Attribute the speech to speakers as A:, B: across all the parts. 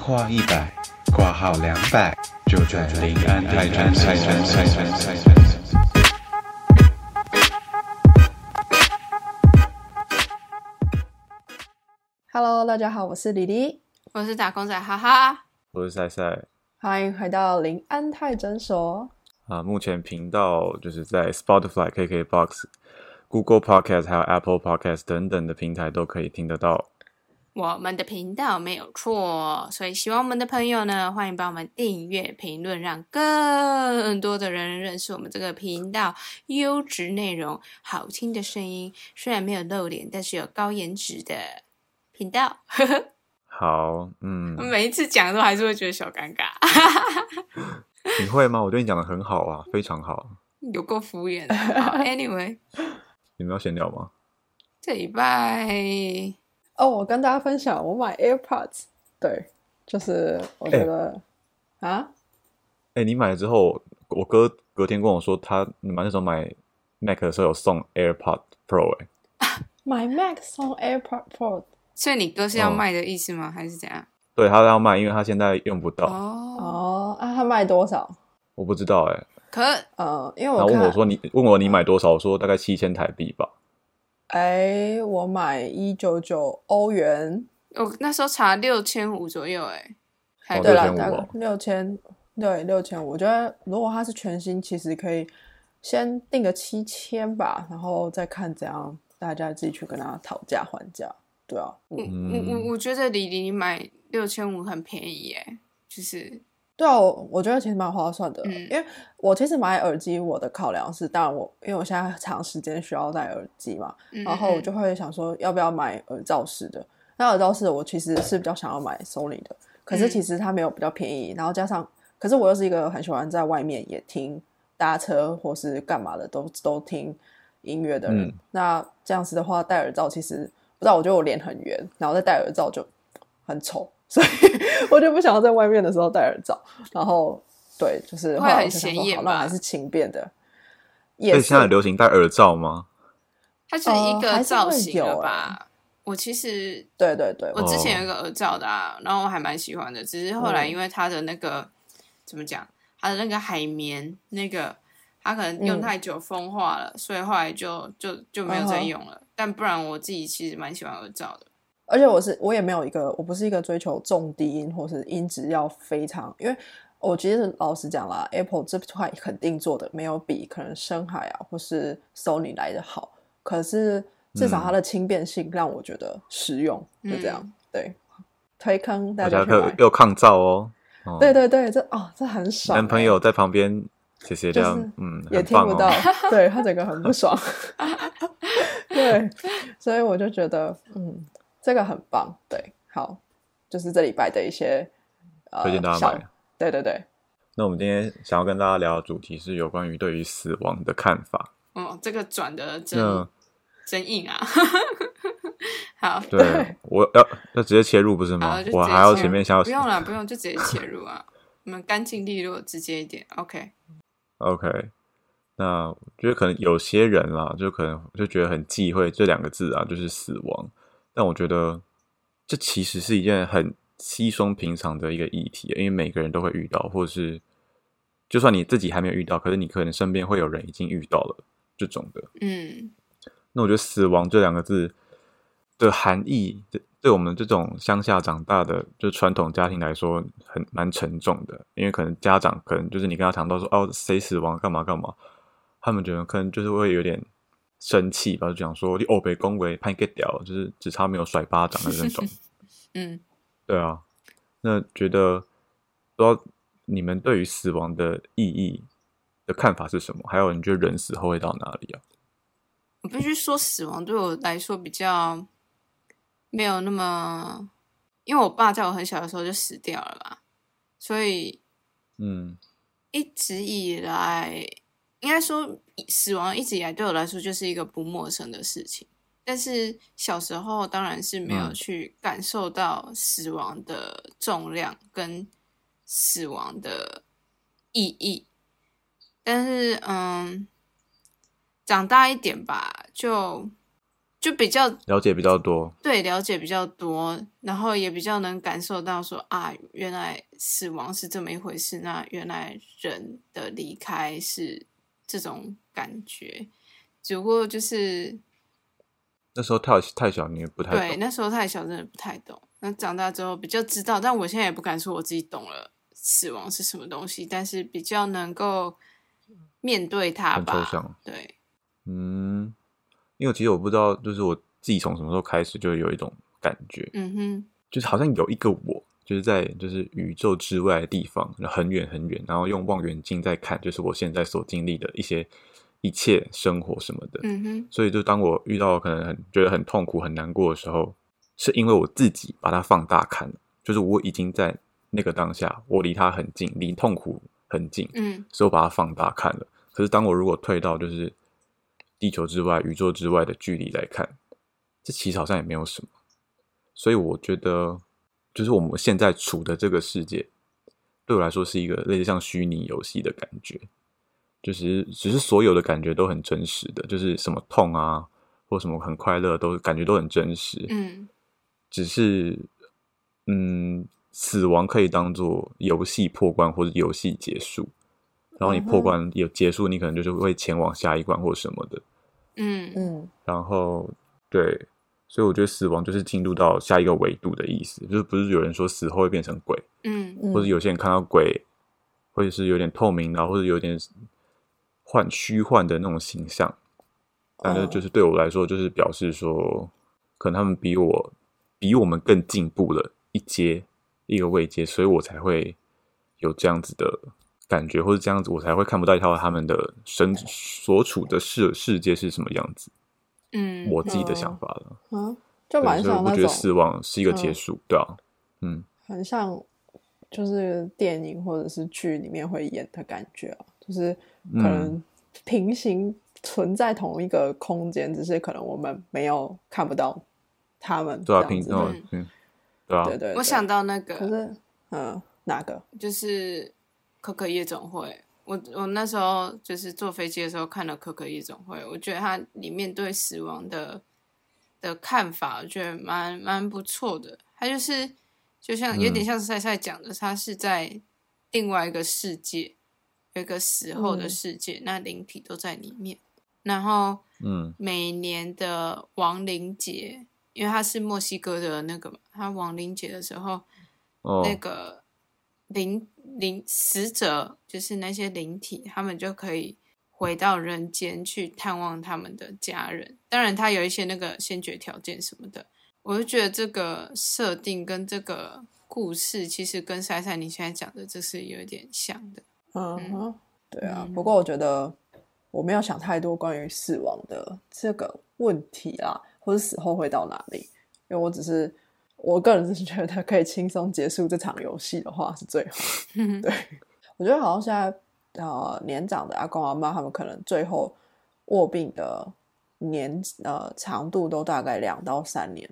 A: 号一百，挂号两百，就在临安泰山泰山泰山泰山。
B: Hello，大家好，我是李黎，
C: 我是打工仔，哈哈。
D: 我是赛赛
B: 欢迎回到林安泰诊所。
D: 啊。目前频道就是在 Spotify、KKBox、Google Podcast 还有 Apple Podcast 等等的平台都可以听得到。
C: 我们的频道没有错，所以喜欢我们的朋友呢，欢迎帮我们订阅、评论，让更多的人认识我们这个频道。优质内容、好听的声音，虽然没有露脸，但是有高颜值的频道。
D: 好，嗯，
C: 每一次讲都还是会觉得小尴尬，
D: 你会吗？我对你讲的很好啊，非常好。
C: 有够敷衍的。 好 Anyway，
D: 你们要闲聊吗？
C: 这礼拜
B: 哦，我跟大家分享，我买 AirPods，对，就是我觉得、啊，
D: 哎、你买了之后，我哥隔天跟我说他，你买那时候买 Mac 的时候有送 AirPod Pro 哎、
B: 买 Mac 送 AirPod Pro，
C: 所以你哥是要
D: 哦
C: 卖的意思吗？还是怎样？
D: 对他要卖，因为他现在用不到，
C: 哦，
B: 哦，啊，它卖多少？
D: 我不知道哎、
C: 可
B: 呃，因为我
D: 然后问
B: 看
D: 我，说你问我你买多少，我说大概七千台币吧。
B: 哎，我买一九九欧元，
C: 我那时候查六千五左右，哎，还
D: 哦
B: 对啦，
D: 6500
B: 大概
D: 哦
B: 六千，对，六千五。我觉得如果它是全新，其实可以先定个七千吧，然后再看怎样，大家自己去跟他讨价还价。对啊，我
C: 我
D: 嗯
C: 我我觉得李玲你买六千五很便宜耶，就是
B: 对啊，我我觉得其实蛮划算的，
C: 嗯
B: 因为我其实买耳机，我的考量是，当然我因为我现在长时间需要戴耳机嘛，
C: 嗯
B: 然后我就会想说要不要买耳罩式的。那耳罩式的我其实是比较想要买 Sony 的，可是
C: 嗯
B: 其实它没有比较便宜，然后加上，可是我又是一个很喜欢在外面也听搭车或是干嘛的都都听音乐的人。
D: 嗯
B: 那这样子的话，戴耳罩其实不知道，我觉得我脸很圆，然后再戴耳罩就很丑， 所以我就不想要在外面的时候戴耳罩。然后对，就是后来
C: 会很
B: 我就想说
C: 显眼
B: 好那我
C: 吧
B: 还是轻便的。
D: 所
B: 也
D: 以现在
B: 是
D: 很流行戴耳罩吗？
C: 它只是一
B: 呃还
C: 个
B: 是
C: 造
B: 会
C: 型了
B: 有
C: 吧。我其实
B: 对对对，
C: 我之前
D: 哦
C: 有一个耳罩的啊，然后我还蛮喜欢的，只是后来
B: 嗯
C: 因为它的那个怎么讲，它的那个海绵那个，它可能
B: 嗯
C: 用太久风化了，所以后来就就就没有再
B: 嗯哼
C: 用了。但不然我自己其实蛮喜欢耳罩的。
B: 而且我是我也没有一个，我不是一个追求重低音或是音质要非常，因为我其实老实讲啦，Apple 这块肯定做的没有比可能深海啊或是 Sony 来的好，可是至
D: 嗯
B: 少它的轻便性让我觉得实用，就这样，
C: 嗯
B: 对，推坑大
D: 大
B: 家
D: 家
B: 去
D: 可
B: 买，
D: 又抗噪哦。哦
B: 对对对，这哦这很爽、
D: 男朋友在旁边谢谢亮，
B: 就是
D: 嗯，
B: 也
D: 很
B: 听
D: 棒
B: 不到，
D: 哦。
B: 对他整个很不爽。对，所以我就觉得，嗯，这个很棒。对，好，就是这礼拜的一些呃
D: 推荐大家
B: 小
D: 买。
B: 对对对，
D: 那我们今天想要跟大家聊的主题是有关于对于死亡的看法。
C: 嗯，这个转的真
D: 那
C: 真硬啊。 好，
D: 对我要要直接切入不是
C: 好
D: 吗
C: 啊就直？接
D: 我还要
C: 切
D: 前面想要
C: 不用了，不用，就直接切入啊。 我们干净利落，直接一点。OK，
D: OK。那我觉得可能有些人啦，就可能就觉得很忌讳这两个字啊，就是死亡。但我觉得这其实是一件很稀松平常的一个议题，因为每个人都会遇到，或是就算你自己还没有遇到，可是你可能身边会有人已经遇到了这种的。
C: 嗯，
D: 那我觉得“死亡”这两个字的含义，对对我们这种乡下长大的，就是传统家庭来说很，蛮沉重的。因为可能家长可能就是你跟他谈到说，哦，谁死亡干嘛干嘛，他们觉得可能就是会有点生气吧，就讲说你欧北恭维判 get 掉，就是只差没有甩巴掌的那种。
C: 嗯，
D: 对啊，那觉得不知道你们对于死亡的意义的看法是什么？还有你觉得人死后会到哪里啊？
C: 我必须说，死亡对我来说比较没有那么，因为我爸在我很小的时候就死掉了嘛，所以
D: 嗯
C: 一直以来，应该说死亡一直以来对我来说就是一个不陌生的事情。但是小时候当然是没有
D: 嗯
C: 去感受到死亡的重量跟死亡的意义，但是嗯，长大一点吧，就就比较
D: 了解比较多。
C: 对了解比较多，然后也比较能感受到说啊，原来死亡是这么一回事，那原来人的离开是这种感觉。只不过就是
D: 那时候太太小，你也不太
C: 对
D: 懂。
C: 那时候太小，真的不太懂。那长大之后比较知道，但我现在也不敢说我自己懂了死亡是什么东西，但是比较能够面对它
D: 很抽
C: 吧。
D: 象
C: 对，
D: 嗯，因为其实我不知道，就是我自己从什么时候开始就有一种感觉，
C: 嗯哼，
D: 就是好像有一个我，就是在就是宇宙之外的地方，然后很远很远，然后用望远镜在看，就是我现在所经历的一些一切生活什么的。
C: 嗯哼，
D: 所以，就当我遇到可能很觉得很痛苦、很难过的时候，是因为我自己把它放大看了，就是我已经在那个当下，我离它很近，离痛苦很近，
C: 嗯
D: 所以我把它放大看了。可是，当我如果退到就是地球之外、宇宙之外的距离来看，这其实好像也没有什么。所以，我觉得就是我们现在处的这个世界，对我来说是一个类似像虚拟游戏的感觉，就是只是所有的感觉都很真实的，就是什么痛啊，或什么很快乐，都感觉都很真实。
C: 嗯
D: 只是，嗯，死亡可以当做游戏破关或者游戏结束，然后你破关有结束，你可能就是会前往下一关或什么的。
C: 嗯
B: 嗯，
D: 然后，对，所以我觉得死亡就是进入到下一个维度的意思，就是不是有人说死后会变成鬼，
C: 嗯
B: 嗯
D: 或者有些人看到鬼，或者是有点透明的，或者有点幻虚幻的那种形象。但是
B: 哦
D: 就是对我来说，就是表示说，可能他们比我比我们更进步了一阶一个位阶，所以我才会有这样子的感觉，或者这样子我才会看不到他们的身所处的世世界是什么样子。
C: 嗯，
D: 我自己的
B: 嗯
D: 想法了，
B: 啊，就
D: 对
B: 蛮
D: 所以
B: 像
D: 我
B: 那
D: 觉得死
B: 种，
D: 亡是一个结
B: 嗯
D: 束，对啊，嗯。
B: 很像就是电影或者是剧里面会演的感觉啊，就是
D: 嗯
B: 可能平行存在同一个空间，只是可能我们没有看不到他们这
D: 对啊，
B: 样
D: 平
B: 子。
D: 哦
C: 嗯
D: 嗯，对啊，
B: 对对，
C: 我
B: 对
C: 想到那
B: 可
C: 个
B: 是嗯，哪个？
C: 就是可可夜总会，我我那时候就是坐飞机的时候看了可可夜总会，我觉得它里面对死亡的的看法，我觉得蛮蛮不错的。它就是就像有点
D: 嗯
C: 像赛赛讲的，它是在另外一个世界，有一个死后的
B: 嗯
C: 世界，那灵体都在里面，然后。
D: 嗯
C: 每年的亡灵节，因为他是墨西哥的那个嘛，他亡灵节的时候，
D: 哦，
C: 那个灵灵死者，就是那些灵体，他们就可以回到人间去探望他们的家人。当然，他有一些那个先决条件什么的。我就觉得这个设定跟这个故事，其实跟珊珊你现在讲的这是有一点像的。
B: 嗯哼，对啊。
C: 嗯
B: 不过我觉得我没有想太多关于死亡的这个问题啦，或是死后会到哪里，因为我只是我个人是觉得可以轻松结束这场游戏的话是最好。对，我觉得好像现在呃年长的阿公阿妈他们可能最后卧病的年呃长度都大概两到三年，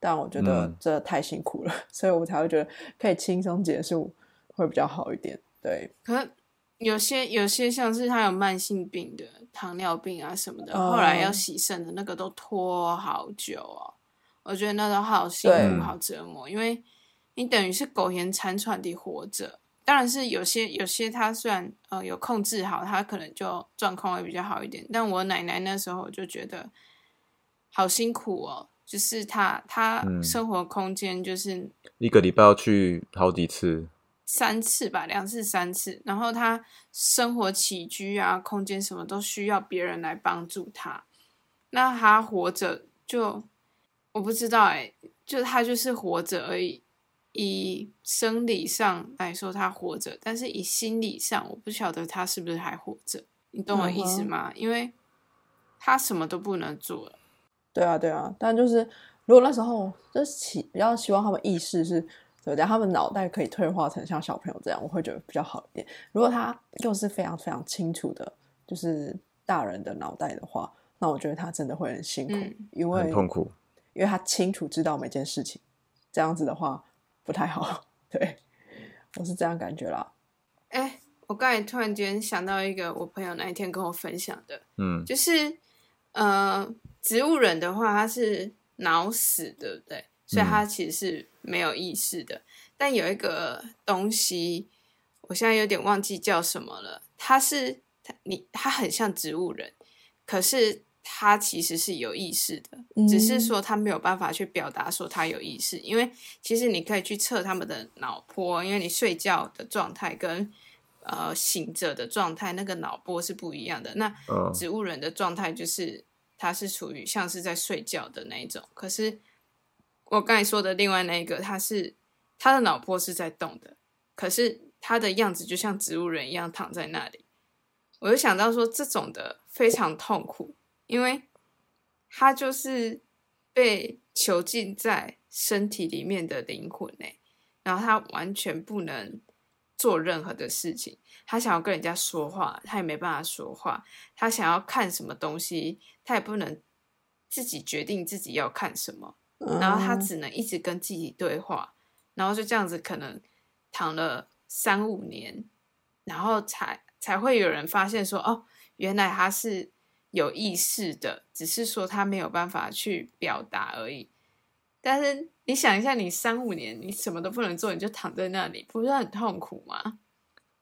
B: 但我觉得
D: 嗯
B: 这太辛苦了，所以我才会觉得可以轻松结束会比较好一点。对，
C: 可是有些有些像是他有慢性病的，糖尿病啊什么的，
B: 哦
C: 后来要洗肾的那个都拖好久哦。我觉得那都好辛
B: 对嗯
C: 苦、好折磨，因为你等于是苟延残喘地活着。当然是有些有些他虽然呃有控制好，他可能就状况会比较好一点。但我奶奶那时候我就觉得好辛苦哦，就是她她
D: 嗯
C: 生活空间就是
D: 一个礼拜要去好几次，
C: 三次吧，两次三次，然后他生活起居啊、空间什么都需要别人来帮助他。那他活着就我不知道哎、就他就是活着而已。以生理上来说，他活着，但是以心理上，我不晓得他是不是还活着。你懂我意思
B: 嗯哼
C: 吗因为他什么都不能做了。
B: 对啊，对啊，但就是如果那时候就是希比较希望他们意识是怎么讲，他们脑袋可以退化成像小朋友这样，我会觉得比较好一点。如果他又是非常非常清楚的，就是大人的脑袋的话，那我觉得他真的会很辛苦，
C: 嗯
B: 因为
D: 很痛苦。
B: 因为他清楚知道每件事情，这样子的话不太好。 对，我是这样感觉啦。
C: 哎、我刚才突然间想到一个我朋友那一天跟我分享的，
D: 嗯
C: 就是呃，植物人的话，他是脑死，对不对？所以他其实是没有意识的。但有一个东西，我现在有点忘记叫什么了。它是它你它很像植物人，可是它其实是有意识的，
B: 嗯
C: 只是说他没有办法去表达说他有意识，因为其实你可以去测他们的脑波，因为你睡觉的状态跟呃醒着的状态那个脑波是不一样的。那
D: 嗯
C: 植物人的状态就是他是处于像是在睡觉的那一种，可是我刚才说的另外那一个，他是他的脑波是在动的，可是他的样子就像植物人一样躺在那里。我就想到说，这种的非常痛苦，因为他就是被囚禁在身体里面的灵魂呢、然后他完全不能做任何的事情。他想要跟人家说话，他也没办法说话；他想要看什么东西，他也不能自己决定自己要看什么。然后他
B: 嗯
C: 只能一直跟自己对话，然后就这样子可能躺了三五年，然后才才会有人发现说，哦，原来他是有意识的，只是说他没有办法去表达而已。但是你想一下，你三五年你什么都不能做，你就躺在那里，不是很痛苦吗？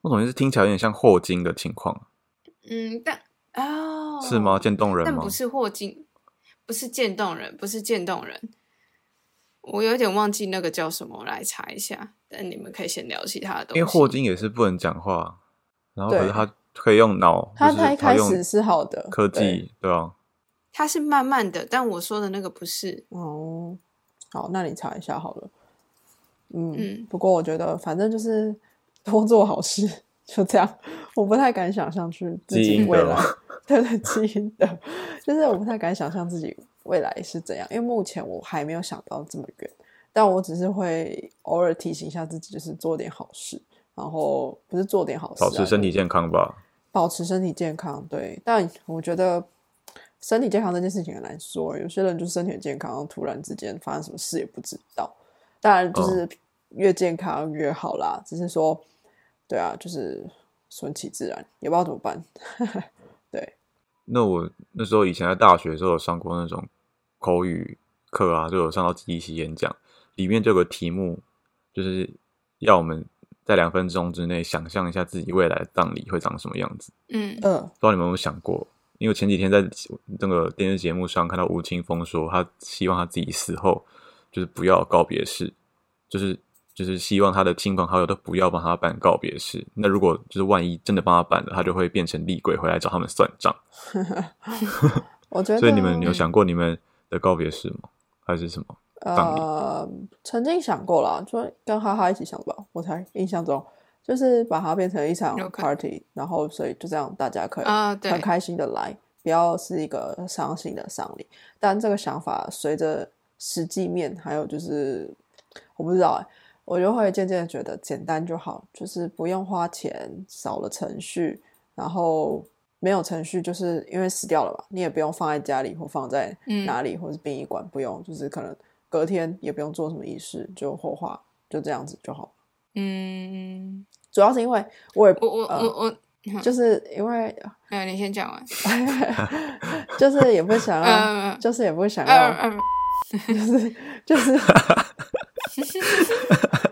D: 我总觉得听起来有点像霍金的情况，
C: 嗯，但哦，
D: 是吗？渐冻人
C: 但
D: 吗
C: 不？是霍金，不是渐冻人，不是渐冻人。我有点忘记那个叫什么，我来查一下。但你们可以先聊其他的东西。
D: 因为霍金也是不能讲话，然后
B: 对
D: 可是他可以用脑，
B: 他
D: 就是
B: 他一开
D: 用
B: 始是好的
D: 科技，对啊，
C: 他是慢慢的，但我说的那个不是。
B: 哦，好，那你查一下好了。嗯，
C: 嗯
B: 不过我觉得反正就是 多做好事，就这样。我不太敢想象去自
D: 基
B: 己
D: 因
B: 未
D: 的
B: 来
D: 吗，
B: 对对，基因的，就是我不太敢想象自己未来是怎样，因为目前我还没有想到这么远。但我只是会偶尔提醒一下自己，就是做点好事，然后不是做点好事、啊，
D: 保持身体健康吧。
B: 保持身体健康，对。但我觉得身体健康这件事情很难说，有些人就是身体很健康，突然之间发生什么事也不知道。当然，
D: 嗯
B: 就是越健康越好啦，只是说，对啊，就是顺其自然，也不知道怎么办。
D: 那我那时候以前在大学的时候有上过那种口语课啊，就有上到即席演讲，里面就有个题目，就是要我们在两分钟之内想象一下自己未来的葬礼会长什么样子。
C: 嗯
B: 嗯
D: 不知道你们有没有想过？因为我前几天在那个电视节目上看到吴青峰说，他希望他自己死后就是不要有告别式，就是就是希望他的亲朋好友都不要帮他办告别式。那如果就是万一真的帮他办了，他就会变成厉鬼回来找他们算账。
B: 我觉得，
D: 所以你们有想过你们的告别式吗？还是什么？葬礼
B: 呃，曾经想过啦，就跟哈哈一起想吧，我才印象中就是把它变成一场
C: 有可能
B: party，然后所以就这样大家可以
C: 啊、对
B: 很，开心的来，不要是一个伤心的丧礼。但这个想法随着实际面，还有就是我不知道哎、我就会渐渐的觉得简单就好，就是不用花钱，少了程序，然后没有程序，就是因为死掉了嘛，你也不用放在家里或放在
C: 嗯
B: 哪里，或是殡仪馆，不用，就是可能隔天也不用做什么仪式，就火化，就这样子就好。
C: 嗯，
B: 主要是因为我也
C: 我我
B: 呃
C: 我我，
B: 就是因为
C: 没有，你先讲完。
B: 就是也不想让
C: 呃
B: 就是也不想
C: 呃
B: 要，
C: 呃，
B: 就是就是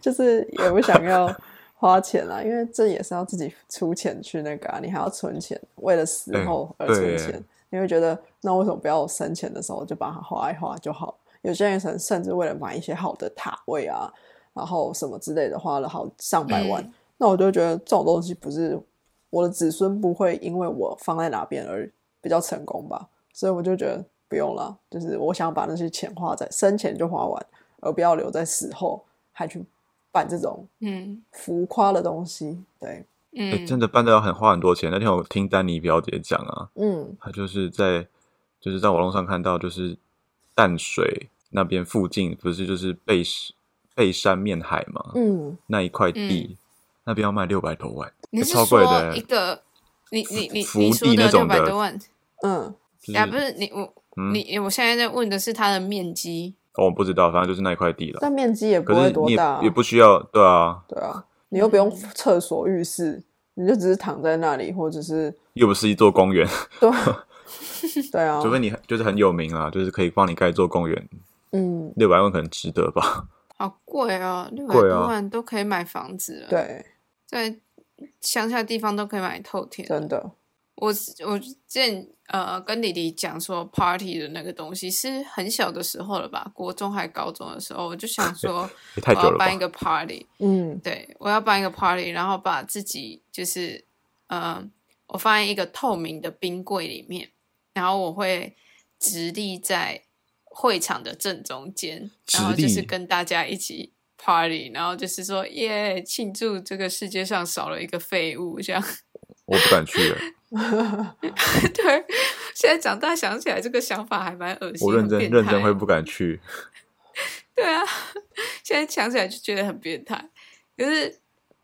B: 就是也不想要花钱啦，因为这也是要自己出钱去那个、啊，你还要存钱，为了死后而
D: 对
B: 存
D: 对
B: 钱，你会觉得那为什么不要我生前的时候就把它花一花就好？有些人甚甚至为了买一些好的塔位啊，然后什么之类的，花了好上百万。
C: 嗯
B: 那我就觉得这种东西不是我的子孙不会因为我放在哪边而比较成功吧，所以我就觉得不用了，就是我想把那些钱花在生前就花完，而不要留在死后还去办这种
C: 嗯
B: 浮夸的东西。对，
D: 诶
C: 嗯，
D: 哎真的办的要很花很多钱。那天我听丹尼表姐讲啊，
B: 嗯
D: 他就是在就是在网络上看到，就是淡水那边附近不是就是背山背山面海嘛，
B: 嗯，
D: 那一块地、那边要卖六百多万，
C: 你
D: 欸
C: 是
D: 超贵的
C: 说
D: 欸、
C: 一个？你你你
D: 福
C: 你
D: 地
C: 说
D: 那
C: 六
D: 种
C: 百
D: 的
C: 多万？
B: 嗯，
D: 就是
C: 啊，不是你我
D: 嗯
C: 你我现在在问的是它的面积。
D: 哦我不知道，反正就是那一块地了。
B: 但面积也不
D: 可
B: 会
D: 是
B: 多
D: 你也、
B: 大、啊
D: 也不需要，对啊，
B: 对啊，你又不用
C: 嗯
B: 厕所、浴室，你就只是躺在那里，或者是
D: 又不是一座公园，
B: 对，啊对
C: 哦
B: 啊，
D: 除非你很就是很有名啊，就是可以帮你盖一座公园，
B: 嗯，
D: 六百万可能值得吧？
C: 好贵哦，六百
D: 贵啊
C: 多万都可以买房子了，，
B: 对，
C: 在乡下地方都可以买透天了，
B: 真的，
C: 我我之前呃跟弟弟讲说 party 的那个东西是很小的时候了吧，国中还高中的时候，我就想说
D: 也
C: 我
D: 太久
C: 要
D: 了吧
C: 办一？个 party，
B: 嗯
C: 对我要办一个 party，然后把自己就是呃我放在一个透明的冰柜里面，然后我会直立在会场的正中间，然后
D: 直
C: 就
D: 立
C: 是跟大家一起 party，然后就是说耶庆祝这个世界上少了一个废物这样。
D: 我不敢去了，
C: 对，现在长大想起来，这个想法还蛮恶心，
D: 我认真
C: 很变
D: 认
C: 态
D: 真会不敢去。
C: 对啊，现在想起来就觉得很变态。可是，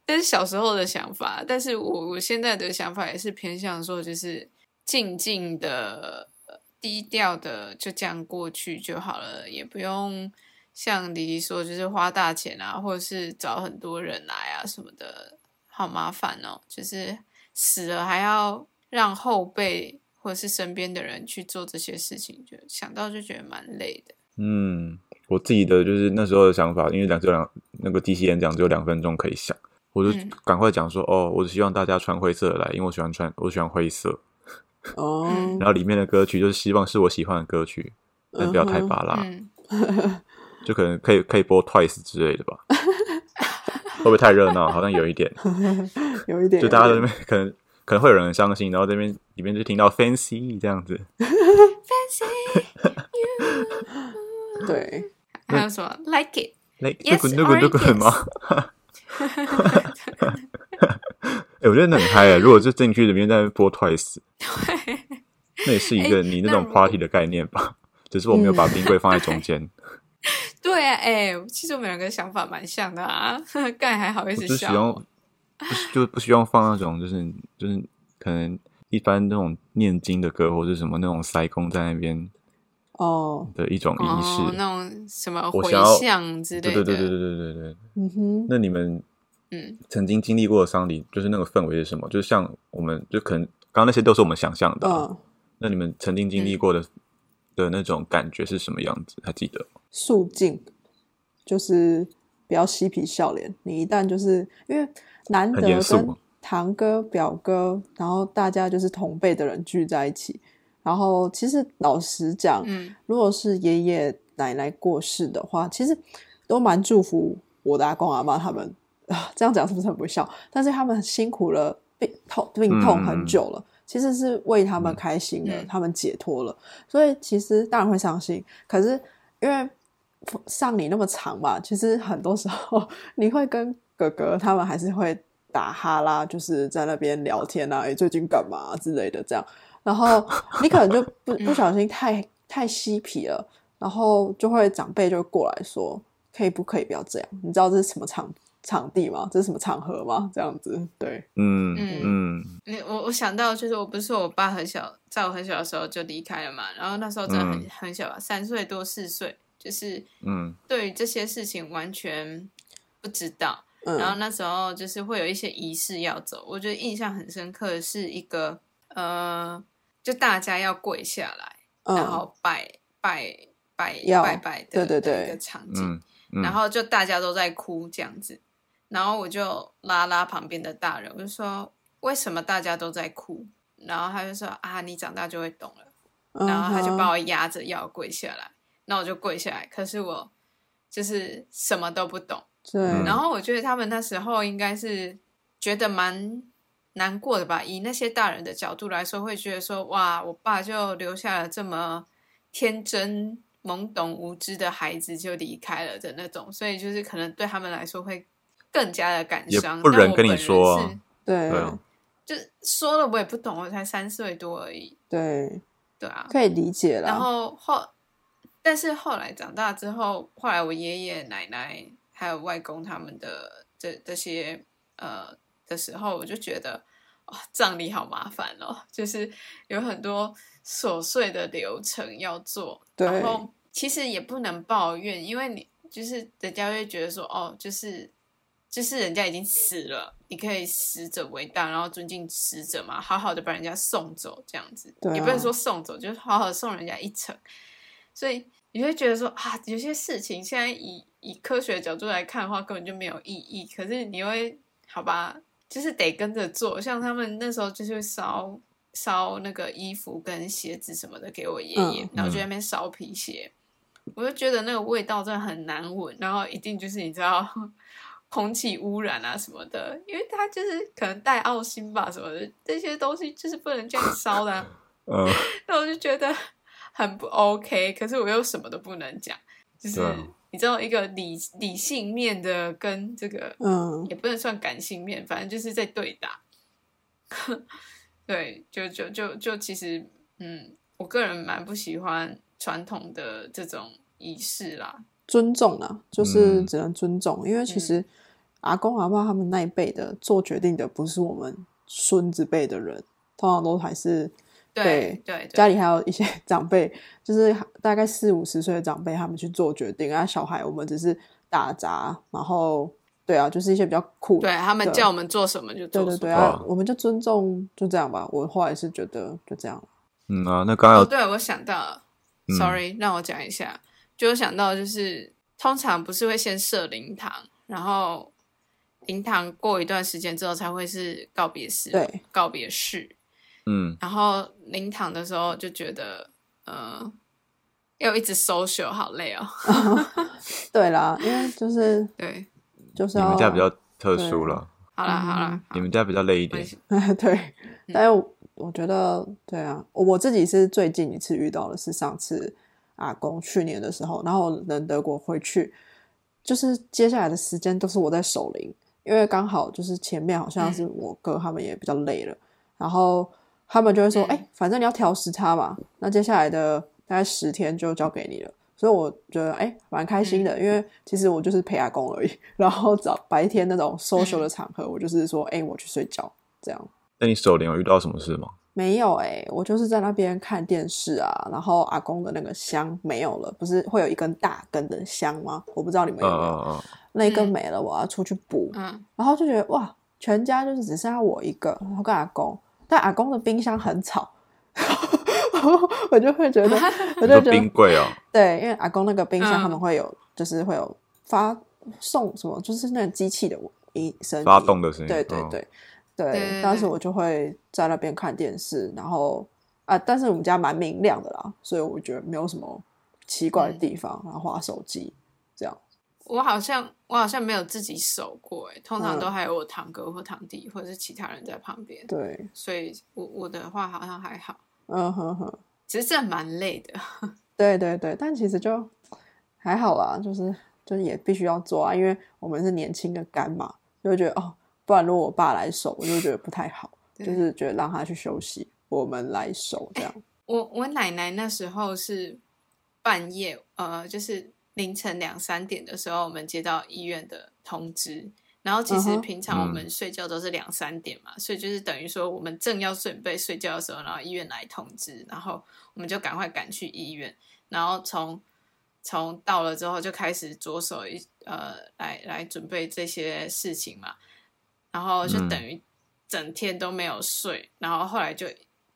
C: 但是小时候的想法，但是我我现在的想法也是偏向说，就是静静的、呃低调的就这样过去就好了，也不用像迪迪说，就是花大钱啊，或者是找很多人来啊什么的，好麻烦哦。就是死了还要让后辈或者是身边的人去做这些事情，就想到就觉得蛮累的。
D: 嗯，我自己的就是那时候的想法，因为两只有两那个 DC 演讲只有两分钟可以想，我就
C: 嗯
D: 赶快讲说、哦，我只希望大家穿灰色的来，因为我喜欢穿，我喜欢灰色。
B: 哦，
D: 然后里面的歌曲就是希望是我喜欢的歌曲，但不要太
B: 嗯哼
D: 巴拉，
C: 嗯。
D: 就可能可以可以播 Twice 之类的吧。会不会太热闹？好像有一点，
B: 有一点，
D: 就大家在
B: 有一
D: 那
B: 点
D: 边可能可能会有人很伤心，然后这边里面就听到 Fancy 这样子，
B: 对，
C: 还有什么 like it？
D: 那
C: Yes
D: 那个
C: or
D: 那个那
C: yes
D: 个吗？ 哎、我觉得很嗨哎！如果就进去里面在那边播 Twice，那也是一个
C: 哎
D: 你那
C: 那
D: 种
C: 如
D: party 的概念吧？只是我没有把冰柜放在中
C: 嗯
D: 间，
C: 对啊，哎、其实我们两个想法蛮像的啊， 干还好意
D: 我
C: 思
D: 只希
C: 笑
D: 望
C: 我。
D: 不是就不希望放那种就是就是可能一般那种念经的歌或者什么那种塞公在那边
B: 哦，
D: 的一种仪式。
C: 哦，那种什么
D: 我
C: 回
D: 想要
C: 向之类
D: 对
C: 的，
D: 对对对对对对对。
B: 嗯哼，
D: 那你们
C: 嗯，
D: 曾经经历过的丧礼，就是那个氛围是什么？就是像我们就可能刚刚那些都是我们想象的啊、
B: 嗯，
D: 那你们曾经经历过的、的那种感觉是什么样子？还记得吗？
B: 肃静，就是不要嬉皮笑脸。你一旦就是因为难
D: 很严
B: 得
D: 肃
B: 跟堂哥、表哥，然后大家就是同辈的人聚在一起。然后其实老实讲，
C: 嗯
B: 如果是爷爷奶奶过世的话，其实都蛮祝福我的阿公阿妈他们。啊，这样讲是不是很不孝？但是他们辛苦了，病痛病痛
D: 嗯嗯
B: 很
D: 嗯
B: 久了，其实是为他们
D: 嗯
B: 开心的，
C: 嗯
B: 他们解脱了。所以其实当然会伤心，可是因为上礼那么长嘛，其实很多时候 你会跟哥哥他们还是会打哈啦，就是在那边聊天啊，哎、最近干嘛、之类的这样。然 后你可能就不
C: 嗯
B: 不小心太太嬉皮了，然后就会长辈就过来说，可以不可以不要这样？你知道这是什么场场地吗？这是什么场合吗？这样子，对，
D: 嗯
C: 嗯
D: 嗯
C: 那我我想到就是，我不是说我爸很小，在我很小的时候就离开了嘛，然后那时候真的很、
D: 嗯
C: 很小吧，啊三岁多四岁，就是
D: 嗯
C: 对于这些事情完全不知道，然后
B: 嗯
C: 那时候就是会有一些仪式要走，我觉得印象很深刻的是一个呃，就大家要跪下来。然
B: 嗯，
C: 后拜拜拜
B: 要
C: 拜拜的
B: 对对对
C: 的一个场景，
D: 嗯嗯，
C: 然后就大家都在哭这样子，然后我就拉拉旁边的大人，我就说为什么大家都在哭？然后他就说啊，你长大就会懂了。
B: 嗯
C: 然后他就把
B: 我
C: 我压着要我跪下来，那我就跪下来，可是我就是什么都不懂。
B: 对，
D: 嗯
C: 然后我觉得他们那时候应该是觉得蛮难过的吧。以那些大人的角度来说，会觉得说：“哇，我爸就留下了这么天真、懵懂无知的孩子就离开了的那种。”所以就是可能对他们来说会更加的感
D: 也
C: 伤。
D: 不
C: 但
D: 忍
C: 我
D: 跟你
C: 本人
D: 说啊
C: 是
B: 对
D: 对啊
C: 就是说了我也不懂，我才三岁多而已，
B: 对，
C: 对啊。
B: 可以理解啦。
C: 然后后，但是后来长大之后，后来我爷爷奶奶还有外公他们的这这些呃的时候，我就觉得哦，葬礼好麻烦哦，就是有很多琐碎的流程要做，
B: 对
C: 然后其实也不能抱怨，因为你就是人家会觉得说哦，就是就是人家已经死了，你可以死者为大，然后尊敬死者嘛，好好的把人家送走，这样子、
B: 对啊
C: 也不能说送走，就是好好的送人家一程。所以你会觉得说啊，有些事情现在以以科学角度来看的话，根本就没有意义。可是你会好吧，就是得跟着做。像他们那时候就是烧烧那个衣服跟鞋子什么的给我爷爷，
B: 嗯
C: 然后就在那边烧皮鞋，我就觉得那个味道真的很难闻，然后一定就是你知道。空气污染啊什么的，因为它就是可能带奥辛吧什么的，这些东西就是不能这样烧的啊、
D: 嗯、
C: 那我就觉得很不 OK，可是我又什么都不能讲，就是
D: 对啊
C: 你知道一个理理性面的跟这个
B: 嗯，
C: 也不能算感性面，反正就是在对打。 对，就就就就其实，嗯，我个人蛮不喜欢传统的这种仪式啦。
B: 尊重啊，就是
D: 嗯
B: 只能尊重，因为其实阿公阿爸他们那一辈的做决定的不是我们孙子辈的人，通常都还是
C: 对对对，
B: 家里还有一些长辈， 就是大概四五十岁的长辈，他们去做决定啊。小孩我们只是打杂，然后对啊，就是一些比较酷的
C: 对他们
B: 对
C: 叫我们做什么就
B: 对
C: 做什么。
B: 对对啊
D: 哇，
B: 我们就尊重，就这样吧。我后来是觉得就这样，
D: 嗯啊，那刚刚
C: 哦，
D: 有
C: 对，我想到了、
D: 嗯
C: s o r r y 让我讲一下，就我想到就是通常不是会先设灵堂，然后灵堂过一段时间之后才会是告别式，
B: 对，
C: 告别式。
D: 嗯
C: 然后灵堂的时候就觉得，呃，要一直 social 好累哦。
B: 对啦，因为就是
C: 对，
B: 就是
D: 你
B: 要
D: 们家比较特殊了，
C: 好啦
B: 嗯
C: 好啦，
D: 你们家比较累一点。
B: 对，但是我我觉得，对啊，我自己是最近一次遇到的是上次阿公去年的时候，然后我人德国回去，就是接下来的时间都是我在守灵，因为刚好就是前面好像是我哥他们也比较累了，然后他们就会说，
C: 嗯
B: 哎、反正你要调时差嘛，那接下来的大概十天就交给你了。所以我觉得哎，蛮开心的，因为其实我就是陪阿公而已。 然后早白天那种 social 的场合，我就是说，哎，我去睡觉这样。
D: 那你手铃有遇到什么事吗？
B: 没有哎、我就是在那边看电视啊，然后阿公的那个香没有了，不是会有一根大根的香吗？我不知道你们
D: 嗯
B: 有没有，
D: 嗯嗯，
B: 那一根没了，我要出去补，
C: 嗯，
B: 然后就觉得哇，全家就是只剩下我一个，然后跟阿公，但阿公的冰箱很吵， 我就会觉得，我
D: 你
B: 就
D: 说
B: 觉
D: 冰
B: 得
D: 柜哦，
B: 对，因为阿公那个冰箱
C: 嗯
B: 他们会有，就是会有发送什么，就是那种机器的音声音
D: 发动的声音，
B: 对对对、
D: 嗯
C: 对对
B: 当时
C: 对
B: 我就会在那边看电视，然后啊，但是我们家蛮明亮的啦，所以我觉得没有什么奇怪的
C: 嗯
B: 地方，然后划手机这样。
C: 我好像我好像没有自己守过，哎，通常
B: 嗯
C: 都还有我堂哥或堂弟或者是其他人在旁边，
B: 对，
C: 所以我我的话好像还好，
B: 嗯哼哼，
C: 只是这蛮累的。
B: 对对对，但其实就还好啦，就是就是也必须要做啊，因为我们是年轻的干嘛，就会觉得哦，不然如果我爸来守，我就觉得不太好，就
C: 对
B: 是觉得让他去休息，我们来守这样。
C: 我我奶奶那时候是半夜，呃，就是凌晨两三点的时候，我们接到医院的通知。然后其
B: 嗯
C: 实
B: 哼
C: 平常我们
D: 嗯
C: 睡觉都是两三点嘛，所以就是等于说我们正要准备睡觉的时候，然后医院来通知，然后我们就赶快赶去医院，然后从从到了之后就开始着手一呃来来准备这些事情嘛，然后就
D: 嗯
C: 等于整天都没有睡，然后后来就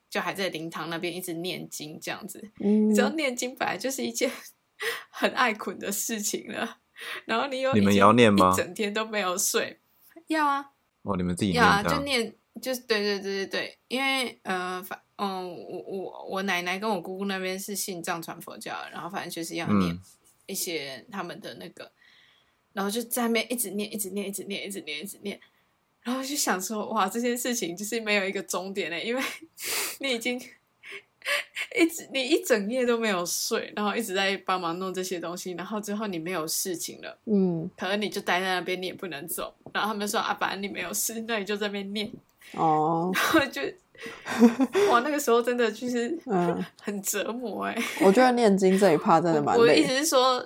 C: 就还在灵堂那边一直念经这样子。
B: 嗯
C: 你知道念经本来就是一件 很爱捆的事情了，然后你有
D: 你们也要念吗
C: 一整天都没有睡，要啊
D: 哦，你们自己
C: 要啊，
D: 念这
C: 就
D: 样，
C: 念就是对对对对对，因为呃反嗯我我我奶奶跟我姑姑那边是信藏传佛教的，然后反正就是要念
D: 嗯
C: 一些他们的那个，然后就在那边一直念一直念一直念一直念一直念。然后就想说，哇，这件事情就是没有一个终点嘞，因为 你已经 一直你一整夜都没有睡，然后一直在帮忙弄这些东西，然后之后你没有事情了，
B: 嗯
C: 可能你就待在那边，你也不能走。然后他们说啊，反正你没有事，那你就在那边念，
B: 哦
C: 然后 就哇，那个时候真的就是
B: 嗯，
C: 很折磨哎、
B: 我觉得念经这一趴真的蛮
C: 我我
B: 累
C: 一
B: 的。
C: 直是说，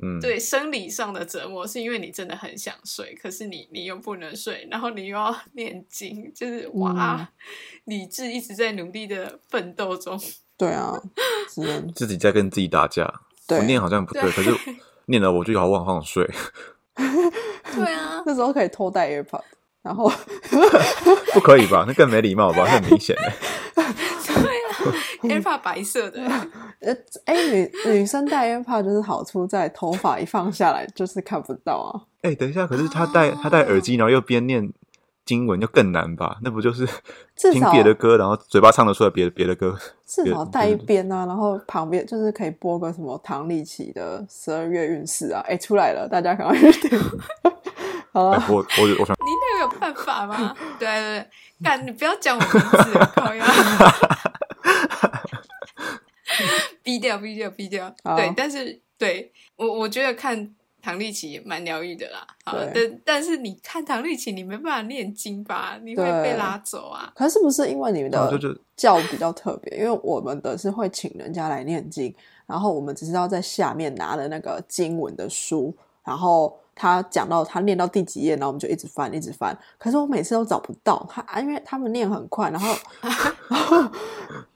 D: 嗯，
C: 对生理上的折磨，是因为你真的很想睡，可是你你又不能睡，然后你又要念经，就是哇，
B: 嗯
C: 理智一直在努力的奋斗中。
B: 对啊，只能
D: 自己在跟自己打架。我
B: 对
D: 念好像不对，
C: 对
D: 可是念了我就好忘好想睡。
C: 对 啊，
B: 那时候可以偷带 AirPod，然后
D: 不可以吧？那更没礼貌吧？那很明显的。
C: 对啊，AirPod 白色的，
B: 呃，哎、女女生戴 AirPod 就是好处在头发一放下来就是看不到啊。
D: 哎、等一下，可是他戴他戴耳机，然后又边念经文，就更难吧？那不就是
B: 至
D: 听
B: 少
D: 别的歌，然后嘴巴唱得出来别的别的歌？
B: 至少
D: 对
B: 带一
D: 对
B: 边啊，然后旁边就是可以播个什么唐立奇的《十二月运势》啊，哎，出来了，大家赶快去 听。
C: 哦
B: 好啊
D: 哎
B: 了，
D: 我我我想，
C: 你那个有办法 吗？对对对，干你不要讲我名字，靠呀！ 逼掉，逼掉，逼掉。
B: 好
C: 对，但是对我我觉得看唐立奇也蛮疗愈的啦。好，
B: 对
C: 但但是你看唐立奇，你没办法念经吧？你会被
B: 对
C: 拉走啊。
B: 可是不是因为你们
C: 哦
D: 啊就
B: 的
D: 就
B: 教比较特别？因为我们的是会请人家来念经，然后我们只是要在下面拿的那个经文的书，然后他讲到他念到第几页，然后我们就一直翻，一直翻。可是我每次都找不到他，啊因为他们念很快，然后
C: 啊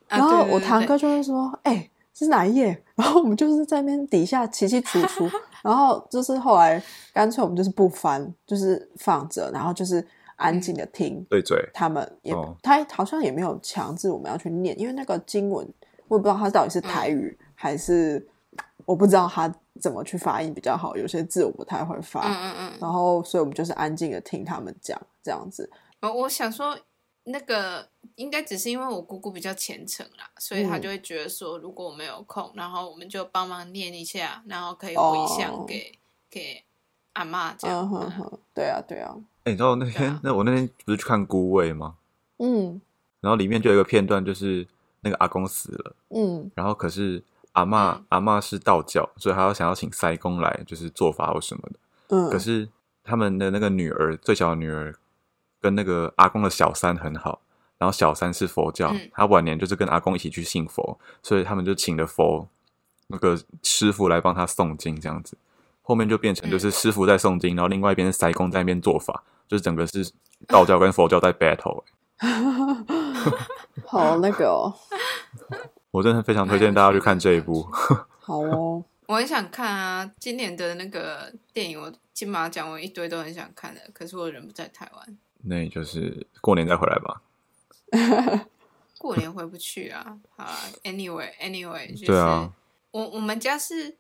B: 然
C: 对
B: 后
C: 对
B: 我
C: 对
B: 堂
C: 对
B: 哥就会说：“哎、这是哪一页？” 然后我们就是在那边底下起起楚楚， 然后就是后来干脆我们就是不翻，就是放着，然后就是安静的听
D: 对嘴，
B: 他们也，
D: 哦
B: 他好像也没有强制我们要去念，因为那个经文我也不知道它到底是台语、还是我不知道它怎么去发音比较好，有些字我不太会发，
C: 嗯嗯嗯。
B: 然后所以我们就是安静的听他们讲这样子，
C: 哦我我想说，那个应该只是因为我姑姑比较虔诚啦，所以她
B: 嗯
C: 就会觉得说，如果我们有空，然后我们就帮忙念一下，然后可以回向
B: 哦
C: 给、给阿妈这样。
B: 嗯哼哼，对啊对啊，
D: 哎、你知道那
C: 对
D: 天、
C: 啊
D: 那我那天不是去看《孤味》吗？
B: 嗯
D: 然后里面就有一个片段，就是那个阿公死了，
B: 嗯
D: 然后可是阿嬷
C: 嗯
D: 阿嬷是道教，所以他要想要请塞公来，就是做法或什么的。
B: 嗯，
D: 可是他们的那个女儿，最小的女儿跟那个阿公的小三很好，然后小三是佛教，
C: 嗯
D: 他晚年就是跟阿公一起去信佛，所以他们就请了佛那个师傅来帮他诵经，这样子。后面就变
C: 嗯
D: 成就是师傅在诵经，然后另外一边是塞公在那边做法，就是整个是道教跟佛 教在 battle、欸。
B: 好那个哦，
D: 我真的非常推荐大家去看这一部。
C: 嗯
B: 好 哦，
C: 我很想看啊，今年的那个电影，我金马奖我一堆都很想看的，可是我人不在台湾，
D: 那就是过年再回来吧。
C: 过年回不去啊。好啦 a n y w a y a n y w a y 就是、
D: 对啊，
C: 我我们家是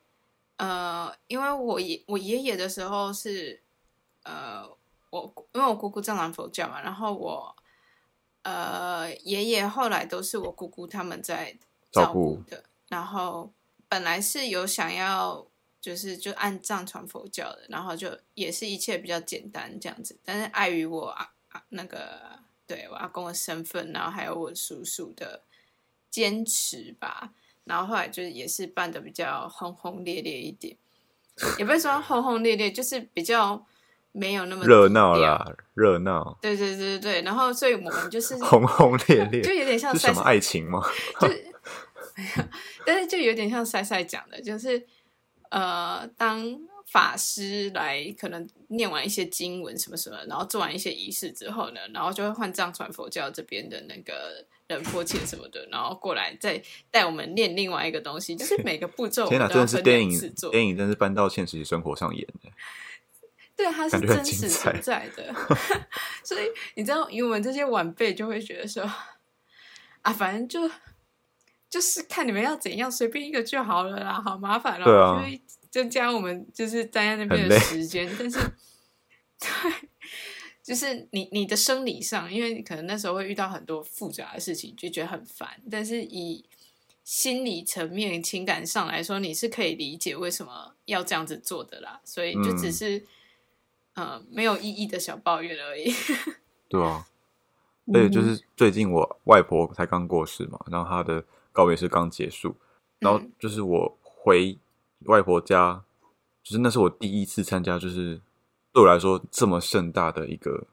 C: 呃，因为我爷我爷爷的时候是呃，我因为我姑姑藏传佛教嘛，然后我呃爷爷后来都是我姑姑他们在
D: 照
C: 照顾
D: 顾
C: 的，然后本来是有想要。就是就按藏传佛教的，然后就也是一切比较简单这样子，但是碍于我啊啊那个对我阿公的身份，然后还有我叔叔的坚持吧，然后后来就是也是办的比较轰轰烈烈一点， 也不是说轰轰烈烈，就是比较没有那么
D: 热闹
C: 低调。
D: 啦，热闹，
C: 对对对对对，然后所以我们就是
D: 轰轰烈烈，
C: 就有点像
D: 是
C: 赛
D: 什么爱情吗？
C: 就是，但是就有点像赛赛讲的，就是呃，当法师来可能念完一些经文什么什么，然后做完一些仪式之后呢，然后就会换藏传佛教这边的那个人坡切什么的，然后过来再带我们念另外一个东西，就是每个步骤我
D: 天
C: 们
D: 哪，
C: 都要
D: 真的是
C: 分
D: 电
C: 两次
D: 影，
C: 做。
D: 电影真是搬到现实生活上演的。
C: 对，它是
D: 感觉很
C: 真
D: 精
C: 实
D: 彩
C: 存在 的，所以你知道，以我们这些晚辈就会觉得说，啊，反正就就是看你们要怎样，随便一个就好了啦，好麻烦了、哦
D: 对啊
C: 就会增加我们就是待在那边
D: 很
C: 的
D: 累
C: 时间，但是对，就是你你的生理上，因为你可能那时候会遇到很多复杂的事情，就觉得很烦，但是以心理层面、情感上来说，你是可以理解为什么要这样子做的啦，所以就只
D: 嗯
C: 是、呃没有意义的小抱怨而 已。
D: 对啊，
C: 嗯
D: 而且就是最近我外婆才刚过世嘛，然后她的告别式刚结束，然后
C: 嗯
D: 就是我回外婆家，就是那是我第一次参加，就是对我来说这么盛大的一个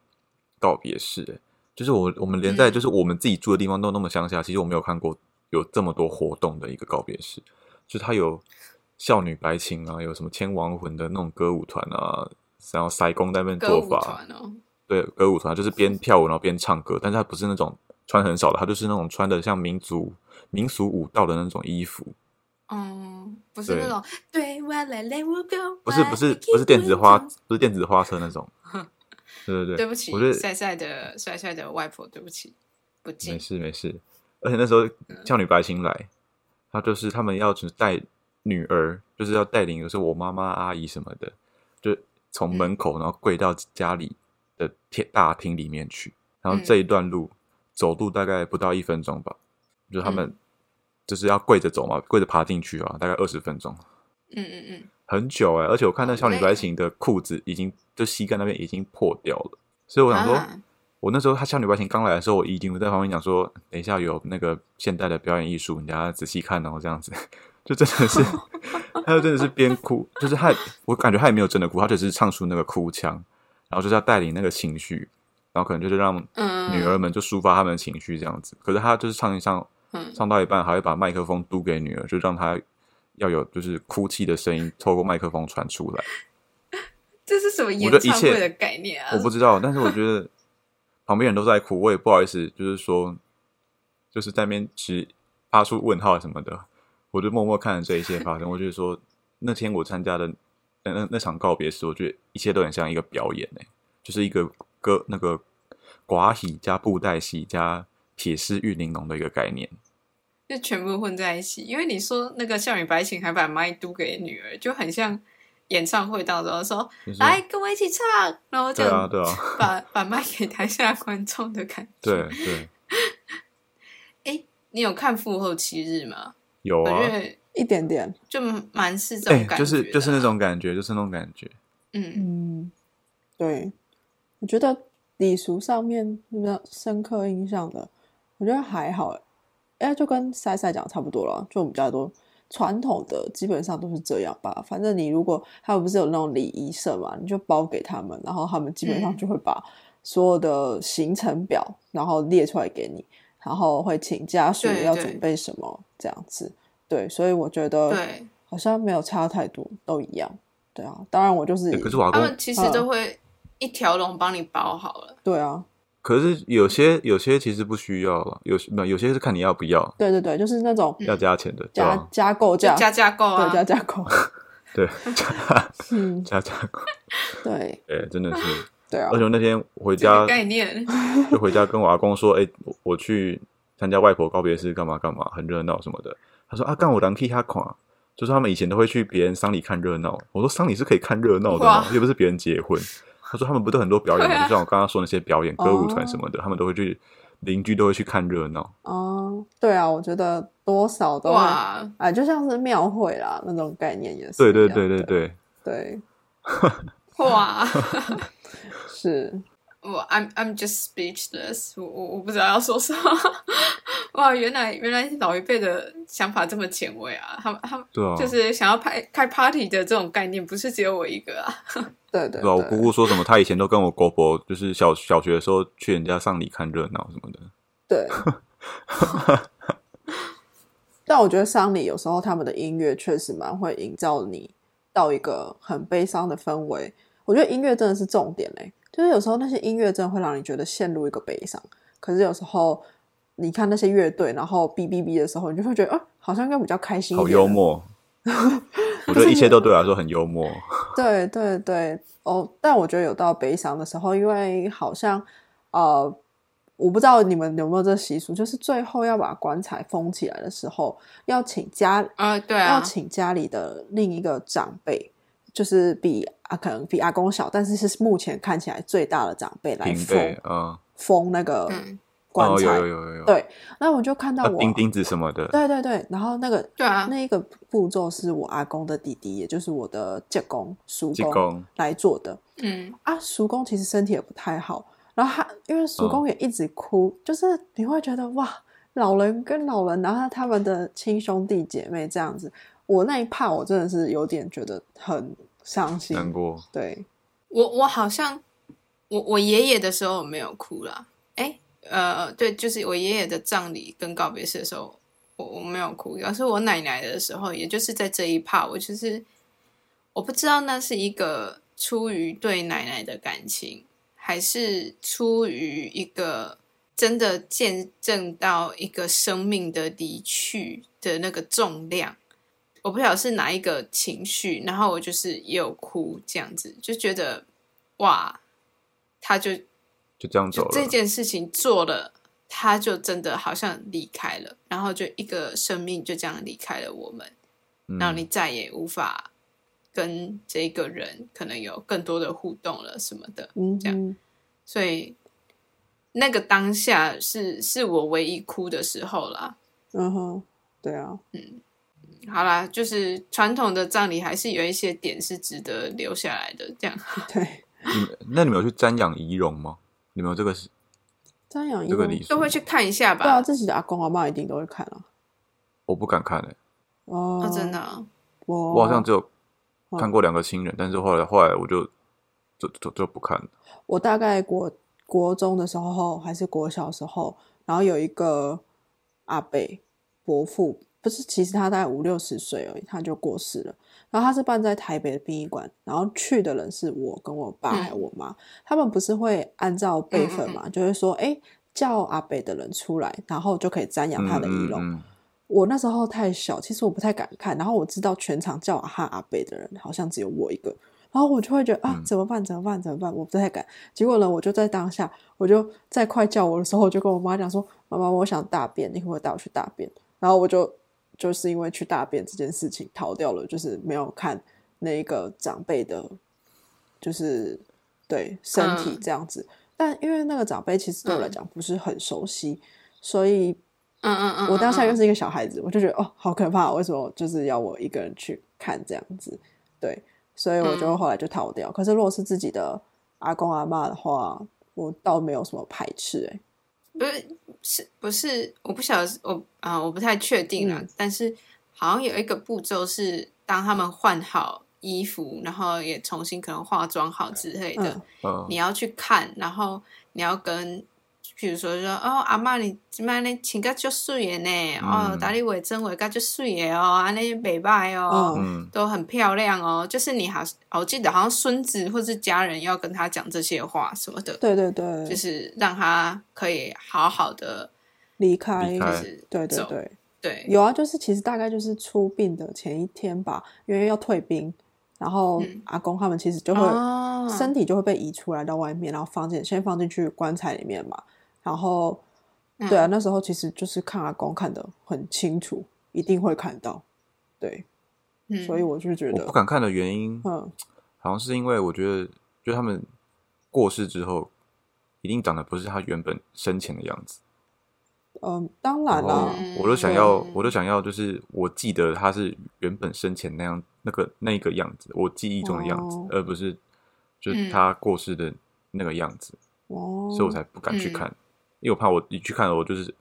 D: 告别式、欸，就是我我们连在
C: 嗯
D: 就是我们自己住的地方都那么乡下，其实我没有看过有这么多活动的一个告别式，就它有少女白琴啊，有什么千王魂的那种歌舞团啊，然后塞公在那边
C: 歌
D: 做
C: 舞
D: 法，
C: 团哦，
D: 对，歌舞团就是边跳舞然后边唱歌，但是他不是那种穿很少的，他就是那种穿的像民族民俗舞蹈的那种衣服，
C: 嗯，不是
D: 对
C: 那种对我来 let you go，
D: 不是
C: but
D: 不是
C: I keep
D: 不是电子花
C: waiting，
D: 不是电子花车那种，对对
C: 对不起
D: 我觉，得
C: 帅帅的帅帅的外婆，对不起，不
D: 没
C: 敬。
D: 事没事，而且那时候
C: 嗯
D: 俏女白青来，她就是他们要只带女儿，就是要带领，就是我妈妈阿姨什么的，就从
C: 嗯
D: 门口然后跪到家里的天大厅里面去，然后
C: 嗯
D: 这一段路、走路大概不到一分钟吧，就他
C: 嗯
D: 们就是要跪着走嘛，跪着爬进去啊，大概二十分钟。
C: 嗯嗯嗯，
D: 很久哎、而且我看那
C: 好
D: 小女
C: 累
D: 白
C: 哦
D: 琴的裤子已经就膝盖那边已经破掉了，所以我想说，
C: 啊
D: 我那时候她小女白琴刚来的时候，我一定会在旁边讲说，等一下有那个现代的表演艺术，你等一下仔细看哦，这样子， 就真的是，她就真的是边哭， 就是她，我感觉她也没有真的哭，她只是唱出那个哭腔，然后就是要带领那个情绪，然后可能就是让
C: 嗯，
D: 女儿们就抒发她们的情绪这样子，可是她就是唱一唱，
C: 嗯
D: 唱到一半还会把麦克风嘟给女儿，就让她要有就是哭泣的声音透过麦克风传出来。
C: 这是什么演
D: 我觉得一
C: 唱
D: 切
C: 会的概念啊？
D: 我不知道，但是我觉得旁边人都在哭，我也不好意思，就是说就是在那边只发出问号什么的，我就默默看着这一切发生。我觉得说那天我参加的那那那场告别式，我觉得一切都很像一个表演呢、就是一个歌那个寡喜加布袋戏加铁丝玉玲珑的一个概念。
C: 就全部混在一起。因为你说那个少女白琴还把麦嘟给女儿，就很像演唱会到时候说
D: 就是
C: 来跟我一起唱，然后就
D: 对啊对啊
C: 把把麦给台下观众的感觉。
D: 对，对，
C: 你有看《复后七日》吗？
D: 有
C: 我
D: 啊，
C: 觉得
B: 一点点，
C: 就蛮是这
D: 哎、
C: 种感觉的啊、
D: 就是就是那种感觉，就是那种感觉。
C: 嗯
B: 嗯，对，我觉得礼俗上面比较深刻印象的，我觉得还好欸，哎，就跟赛赛讲差不多了，就我们比较多传统的基本上都是这样吧。反正你如果他们不是有那种礼仪社嘛，你就包给他们，然后他们基本上
C: 嗯
B: 就会把所有的行程表然后列出来给你，然后会请家属
C: 对
B: 要
C: 对
B: 准备什么这样子。对，所以我觉得
C: 对，
B: 好像没有差太多，都一样。对啊，当然我就是、
D: 哎可是我阿
C: 他
D: 公
C: 们其实都会一条龙帮你包好了。
B: 对啊，
D: 可是有些有些其实不需要了，有些没有有些是看你要不要，
B: 对对对，就是那种
D: 要加钱的，对啊
B: 加、
D: 吧？
B: 加购
C: 嗯就
B: 价，
C: 加架构啊
B: 对，加加购，
D: 对，加
B: 嗯，
D: 加 价，
B: 对
D: 哎，真的是。
B: 对啊
D: 而，且我那天回
C: 这个
D: 家
C: 概念，
D: 就回家跟我阿公说，哎，我我去参加外婆告别式，干嘛干嘛，很热闹什么的。他说啊，干我狼 K 他垮，就是他们以前都会去别人丧礼看热闹。我说丧礼是可以看热闹的吗？
C: 哇
D: 又不是别人结婚。他说他们不都很多表演吗？
C: 对 啊
D: 就像我刚刚说那些表演、歌舞团
B: 哦
D: 什么的，他们都会去，邻居都会去看热闹。
B: 哦，对啊，我觉得多少都会，
C: 哇，
B: 哎，就像是庙会啦那种概念也是一
D: 对
B: 样的，
D: 对对对对，
B: 对，
C: 哇
B: 是，
C: 我 I'm I'm just speechless，我我我不知道要说什么。 哇，原来原来老一辈的想法这么前卫啊！他们他们
D: 对啊，
C: 就是想要拍开 party 的这种概念，不是只有我一个啊。
B: 对对
D: 对吧、我姑姑说什么，她以前都跟我姑婆，就是小小学的时候去人家丧礼看热闹什么的。
B: 对。但我觉得丧礼有时候他们的音乐确实蛮会营造你到一个很悲伤的氛围。我觉得音乐真的是重点嘞、就是有时候那些音乐真的会让你觉得陷入一个悲伤，可是有时候你看那些乐队，然后哔哔哔的时候，你就会觉得，啊，好像应该比较开心一
D: 好
B: 点。
D: 幽。默。我觉得一切都对我来说很幽默。哦
B: 对对对，哦，但我觉得有到悲伤的时候，因为好像呃，我不知道你们有没有这习俗，就是最后要把棺材封起来的时候，要请家
C: 啊、对
B: 要
C: 啊，
B: 请家里的另一个长辈，就是比啊可能比阿公小，但是是目前看起来最大的长辈来
D: 平
B: 封
D: 辈，嗯，
B: 封那个
C: 嗯
B: 棺
D: 哦，有
B: 材。
D: 有有有有，
B: 对，那我就看到
D: 要
B: 我，
D: 钉钉子什么的，
B: 对对对，然后那个
C: 对啊，
B: 那一个步骤是我阿公的弟弟，也就是我的舅公叔
D: 济
B: 公
D: 公，
B: 来做的。
C: 嗯，
B: 啊，叔公其实身体也不太好，然后他因为叔公也一直哭，就是你会觉得哇，老人跟老人，然后他们的亲兄弟姐妹这样子，我那一趴我真的是有点觉得很伤心，
D: 难过。
B: 对，
C: 我我好像我我爷爷的时候没有哭啦，哎，呃，对，就是我爷爷的葬礼跟告别式的时候，我我没有哭，要是我奶奶的时候，也就是在这一趴，我就是我不知道那是一个出于对奶奶的感情，还是出于一个真的见证到一个生命的离去的那个重量。我不晓得是哪一个情绪，然后我就是也有哭这样子，就觉得哇，他就
D: 就这样走
C: 就
D: 了。
C: 这件事情做了，他就真的好像离开了，然后就一个生命就这样离开了我们，
D: 嗯
C: 然后你再也无法跟这个人可能有更多的互动了什么的，
B: 嗯
C: 这样
B: 哼，
C: 所以那个当下是是我唯一哭的时候啦。
B: 嗯哼，对啊，
C: 好啦，就是传统的葬礼还是有一些点是值得留下来的，这样。
B: 对，
D: 你们那你们有去瞻仰仪容吗？你们有这个是
B: 瞻仰仪
D: 这个
B: 容
D: 礼
C: 都
D: 俗？
C: 会去看一下吧。
B: 对啊，自己的阿公阿妈一定都会看啊。
D: 我不敢看诶、欸
B: 哦，
C: 哦，真的、啊，
B: 我
D: 我好像只有
B: 哦
D: 看过两个亲人，但是后来后来我就就就就不看了。
B: 我大概国国中的时候还是国小的时候，然后有一个阿伯伯父，不是，其实他大概五六十岁而已，他就过世了。然后他是办在台北的殡仪馆，然后去的人是我跟我爸
C: 嗯
B: 还有我妈，他们不是会按照辈分嘛，就会说，哎、叫阿北的人出来，然后就可以瞻仰他的仪容。
D: 嗯嗯嗯
B: 我那时候太小，其实我不太敢看。然后我知道全场叫我哈阿贝的人好像只有我一个，然后我就会觉得啊，
D: 嗯
B: 怎么办？怎么办？怎么办？我不太敢。结果呢，我就在当下，我就在快叫我的时候，我就跟我妈讲说：“妈妈，我想大便，你可不可以带我去大便？”然后我就就是因为去大便这件事情逃掉了，就是没有看那个长辈的，就是对身体
C: 嗯
B: 这样子。但因为那个长辈其实对我来
C: 嗯
B: 讲不是很熟悉，所以
C: 嗯嗯嗯，
B: 我当下又
C: 嗯
B: 是一个小孩子，我就觉得哦，好可怕，为什么就是要我一个人去看这样子？对，所以我就
C: 嗯
B: 后来就逃掉。可是如果是自己的阿公阿妈的话，我倒没有什么排斥、欸，
C: 不是是不是，我不晓得是，我啊、我不太确定啦、
B: 嗯
C: 但是好像有一个步骤是，当他们换好衣服，然后也重新可能化妆好之类的，
B: 嗯
D: 嗯
C: 你要去看，然后你要跟，比如说说哦，阿嬷你今摆呢穿个足水的呢，哦，
D: 嗯
C: 打理尾针尾个足水的哦，安尼袂歹哦。
B: 嗯
D: 嗯
C: 都很漂亮哦，就是你好，我记得好像孙子或是家人要跟他讲这些话什么的，
B: 对对对，
C: 就是让他可以好好的，
B: 离开，
D: 离
C: 就
D: 开
C: 是
B: 对对
C: 走
B: 对，
C: 对，
B: 有啊，就是其实大概就是出殡的前一天吧，因为要退兵，然后
C: 嗯
B: 阿公他们其实就会、
C: 哦，
B: 身体就会被移出来到外面，然后放进先放进去棺材里面嘛。然后，
C: 嗯
B: 对啊，那时候其实就是看阿公看得很清楚，一定会看到。对，
C: 嗯
B: 所以我就觉
D: 我
B: 得
D: 不，敢看的原因，
B: 嗯，
D: 好像是因为我觉得，就他们过世之后，一定长得不是他原本生前的样子。
B: 嗯，当然
D: 然后
B: 啦，
D: 我都想要
C: 嗯，
D: 我都想要，就是我记得他是原本生前那样那个那个样子，我记忆中的样子，
B: 哦
D: 而不是就
C: 嗯
D: 是他过世的那个样子，
B: 哦，
D: 所以我才不敢去看，因为我怕我一去看了，我就是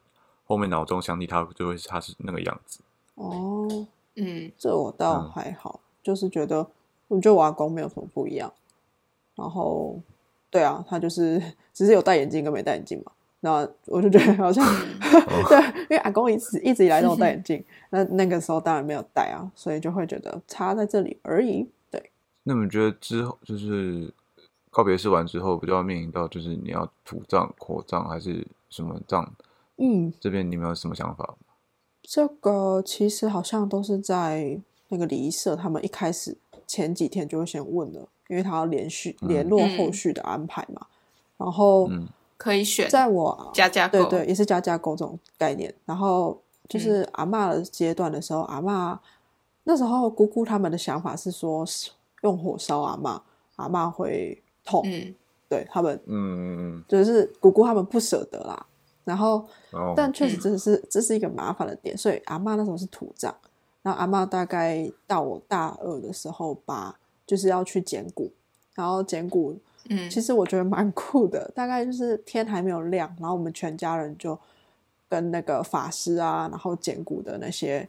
D: 后面脑中想起他就会是他是那个样子。
B: 哦，
C: 嗯
B: 这我倒
D: 嗯
B: 还好，就是觉得，我觉得我阿公没有什么不一样。然后，对啊，他就是只是有戴眼镜跟没戴眼镜嘛。那我就觉得好像，
D: 哦
B: 对，因为阿公一直一直以来都有戴眼镜，那那个时候当然没有戴啊，所以就会觉得差在这里而已。对，
D: 那你们觉得之后就是告别式完之后，比较面临到就是你要土葬、火葬还是什么葬？
B: 嗯，
D: 这边你们有什么想法？
B: 这个其实好像都是在那个礼仪社，他们一开始前几天就会先问了，因为他要连续联络后
C: 嗯
B: 续的安排嘛。然后，
D: 嗯
C: 可以选
B: 在我
C: 加加
B: 对
C: 购，
B: 对，也是加加购这种概念。然后
C: 嗯
B: 就是阿嬷的阶段的时候，阿嬷那时候姑姑他们的想法是说，用火烧阿嬷，阿嬷会痛。
C: 嗯
B: 对他们
D: 嗯嗯
B: 就是姑姑他们不舍得啦。然后，
D: 嗯，哦，
B: 但确实
C: 嗯
B: 这是、这是一个麻烦的点，所以阿嬷那时候是土葬，然后阿嬷大概到我大二的时候吧，就是要去捡骨，然后捡骨
C: 嗯
B: 其实我觉得蛮酷的，大概就是天还没有亮，然后我们全家人就跟那个法师啊，然后捡骨的那些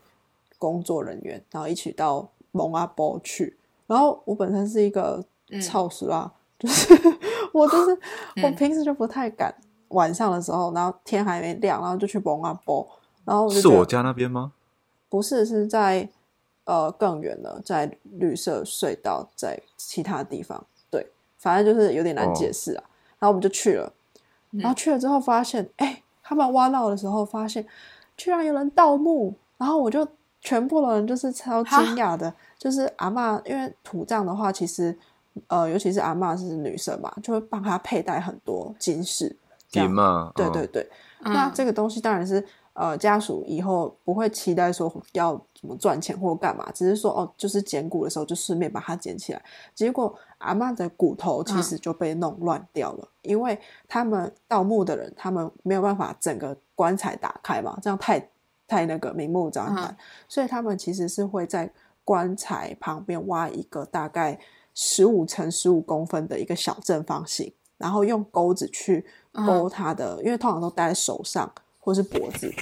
B: 工作人员，然后一起到蒙阿波去。然后我本身是一个
C: 嗯
B: 操死啊，就是 我就是我
C: 嗯
B: 平时就不太敢晚上的时候，然后天还没亮，然后就去蒙阿波，然后我就是觉得
D: 我家那边吗？
B: 不是，是在呃更远了，在绿色隧道，在其他地方。对，反正就是有点难
D: 哦
B: 解释啊。然后我们就去了，
C: 嗯
B: 然后去了之后发现，哎、他们挖到的时候发现，居然有人盗墓。然后我就全部的人就是超惊讶的，就是阿嬷，因为土葬的话，其实呃，尤其是阿嬷是女生嘛，就会帮她佩戴很多金饰。这
D: 爹
B: 样
D: 嘛，
B: 对
D: 嗯
B: 对对，
C: 嗯
B: 那这个东西当然是呃，家属以后不会期待说要怎么赚钱或干嘛，只是说哦，就是捡骨的时候就顺便把它捡起来。结果阿嬷的骨头
C: 嗯
B: 其实就被弄乱掉了，因为他们盗墓的人他们没有办法整个棺材打开嘛，这样太太那个明目张胆，
C: 嗯
B: 所以他们其实是会在棺材旁边挖一个大概十五乘十五公分的一个小正方形，然后用钩子去
C: 嗯
B: 勾它的，因为通常都戴在手上或是脖子。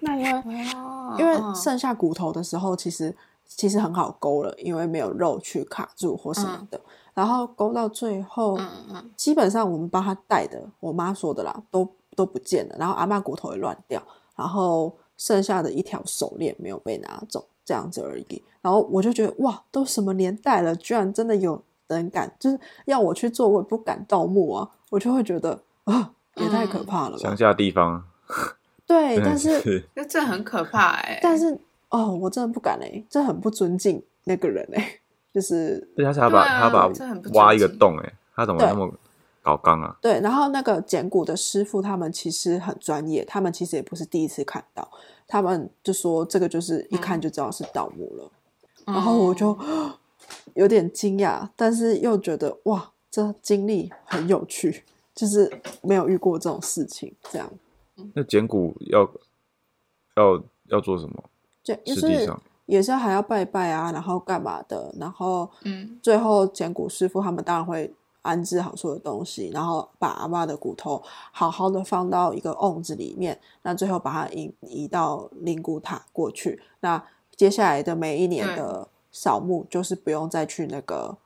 B: 那因为
C: 哦，
B: 因为
C: 嗯
B: 剩下骨头的时候，其实其实很好勾了，因为没有肉去卡住或什么的。然后勾到最后，
C: 嗯嗯
B: 基本上我们帮他带的，我妈说的啦，都都不见了。然后阿嬷骨头也乱掉，然后剩下的一条手链没有被拿走，这样子而已。然后我就觉得哇，都什么年代了，居然真的有人敢，就是要我去做，我也不敢盗墓啊，我就会觉得啊，也太可怕了吧。
D: 乡下地方，
B: 对，
D: 真
B: 哎
D: 的
B: 但 是
C: 那这很可怕哎、
B: 但是哦，我真的不敢哎、这很不尊敬那个人哎、就是
D: 对，他是他把、
C: 对啊
D: 他把
C: 这很不
D: 挖
C: 尊
D: 一个
C: 敬
D: 洞、欸，他怎么
B: 对
D: 那么搞刚啊？
B: 对，然后那个捡骨的师傅他们其实很专业，他们其实也不是第一次看到，他们就说这个就是一看就知道是盗墓了，
C: 嗯
B: 然后哦我就 有点惊讶，但是又觉得哇，这经历很有趣，就是没有遇过这种事情，这样
D: 那捡骨要要要做什么？
B: 就就
D: 实际
B: 是
D: 上，
B: 也是还要拜拜啊，然后干嘛的，然后
C: 嗯
B: 最后捡骨师傅他们当然会安置好所有东西，然后把阿嬷的骨头好好的放到一个瓮子里面，那最后把它移移到灵骨塔过去。那接下来的每一年
C: 对
B: 的扫墓就是不用再去那个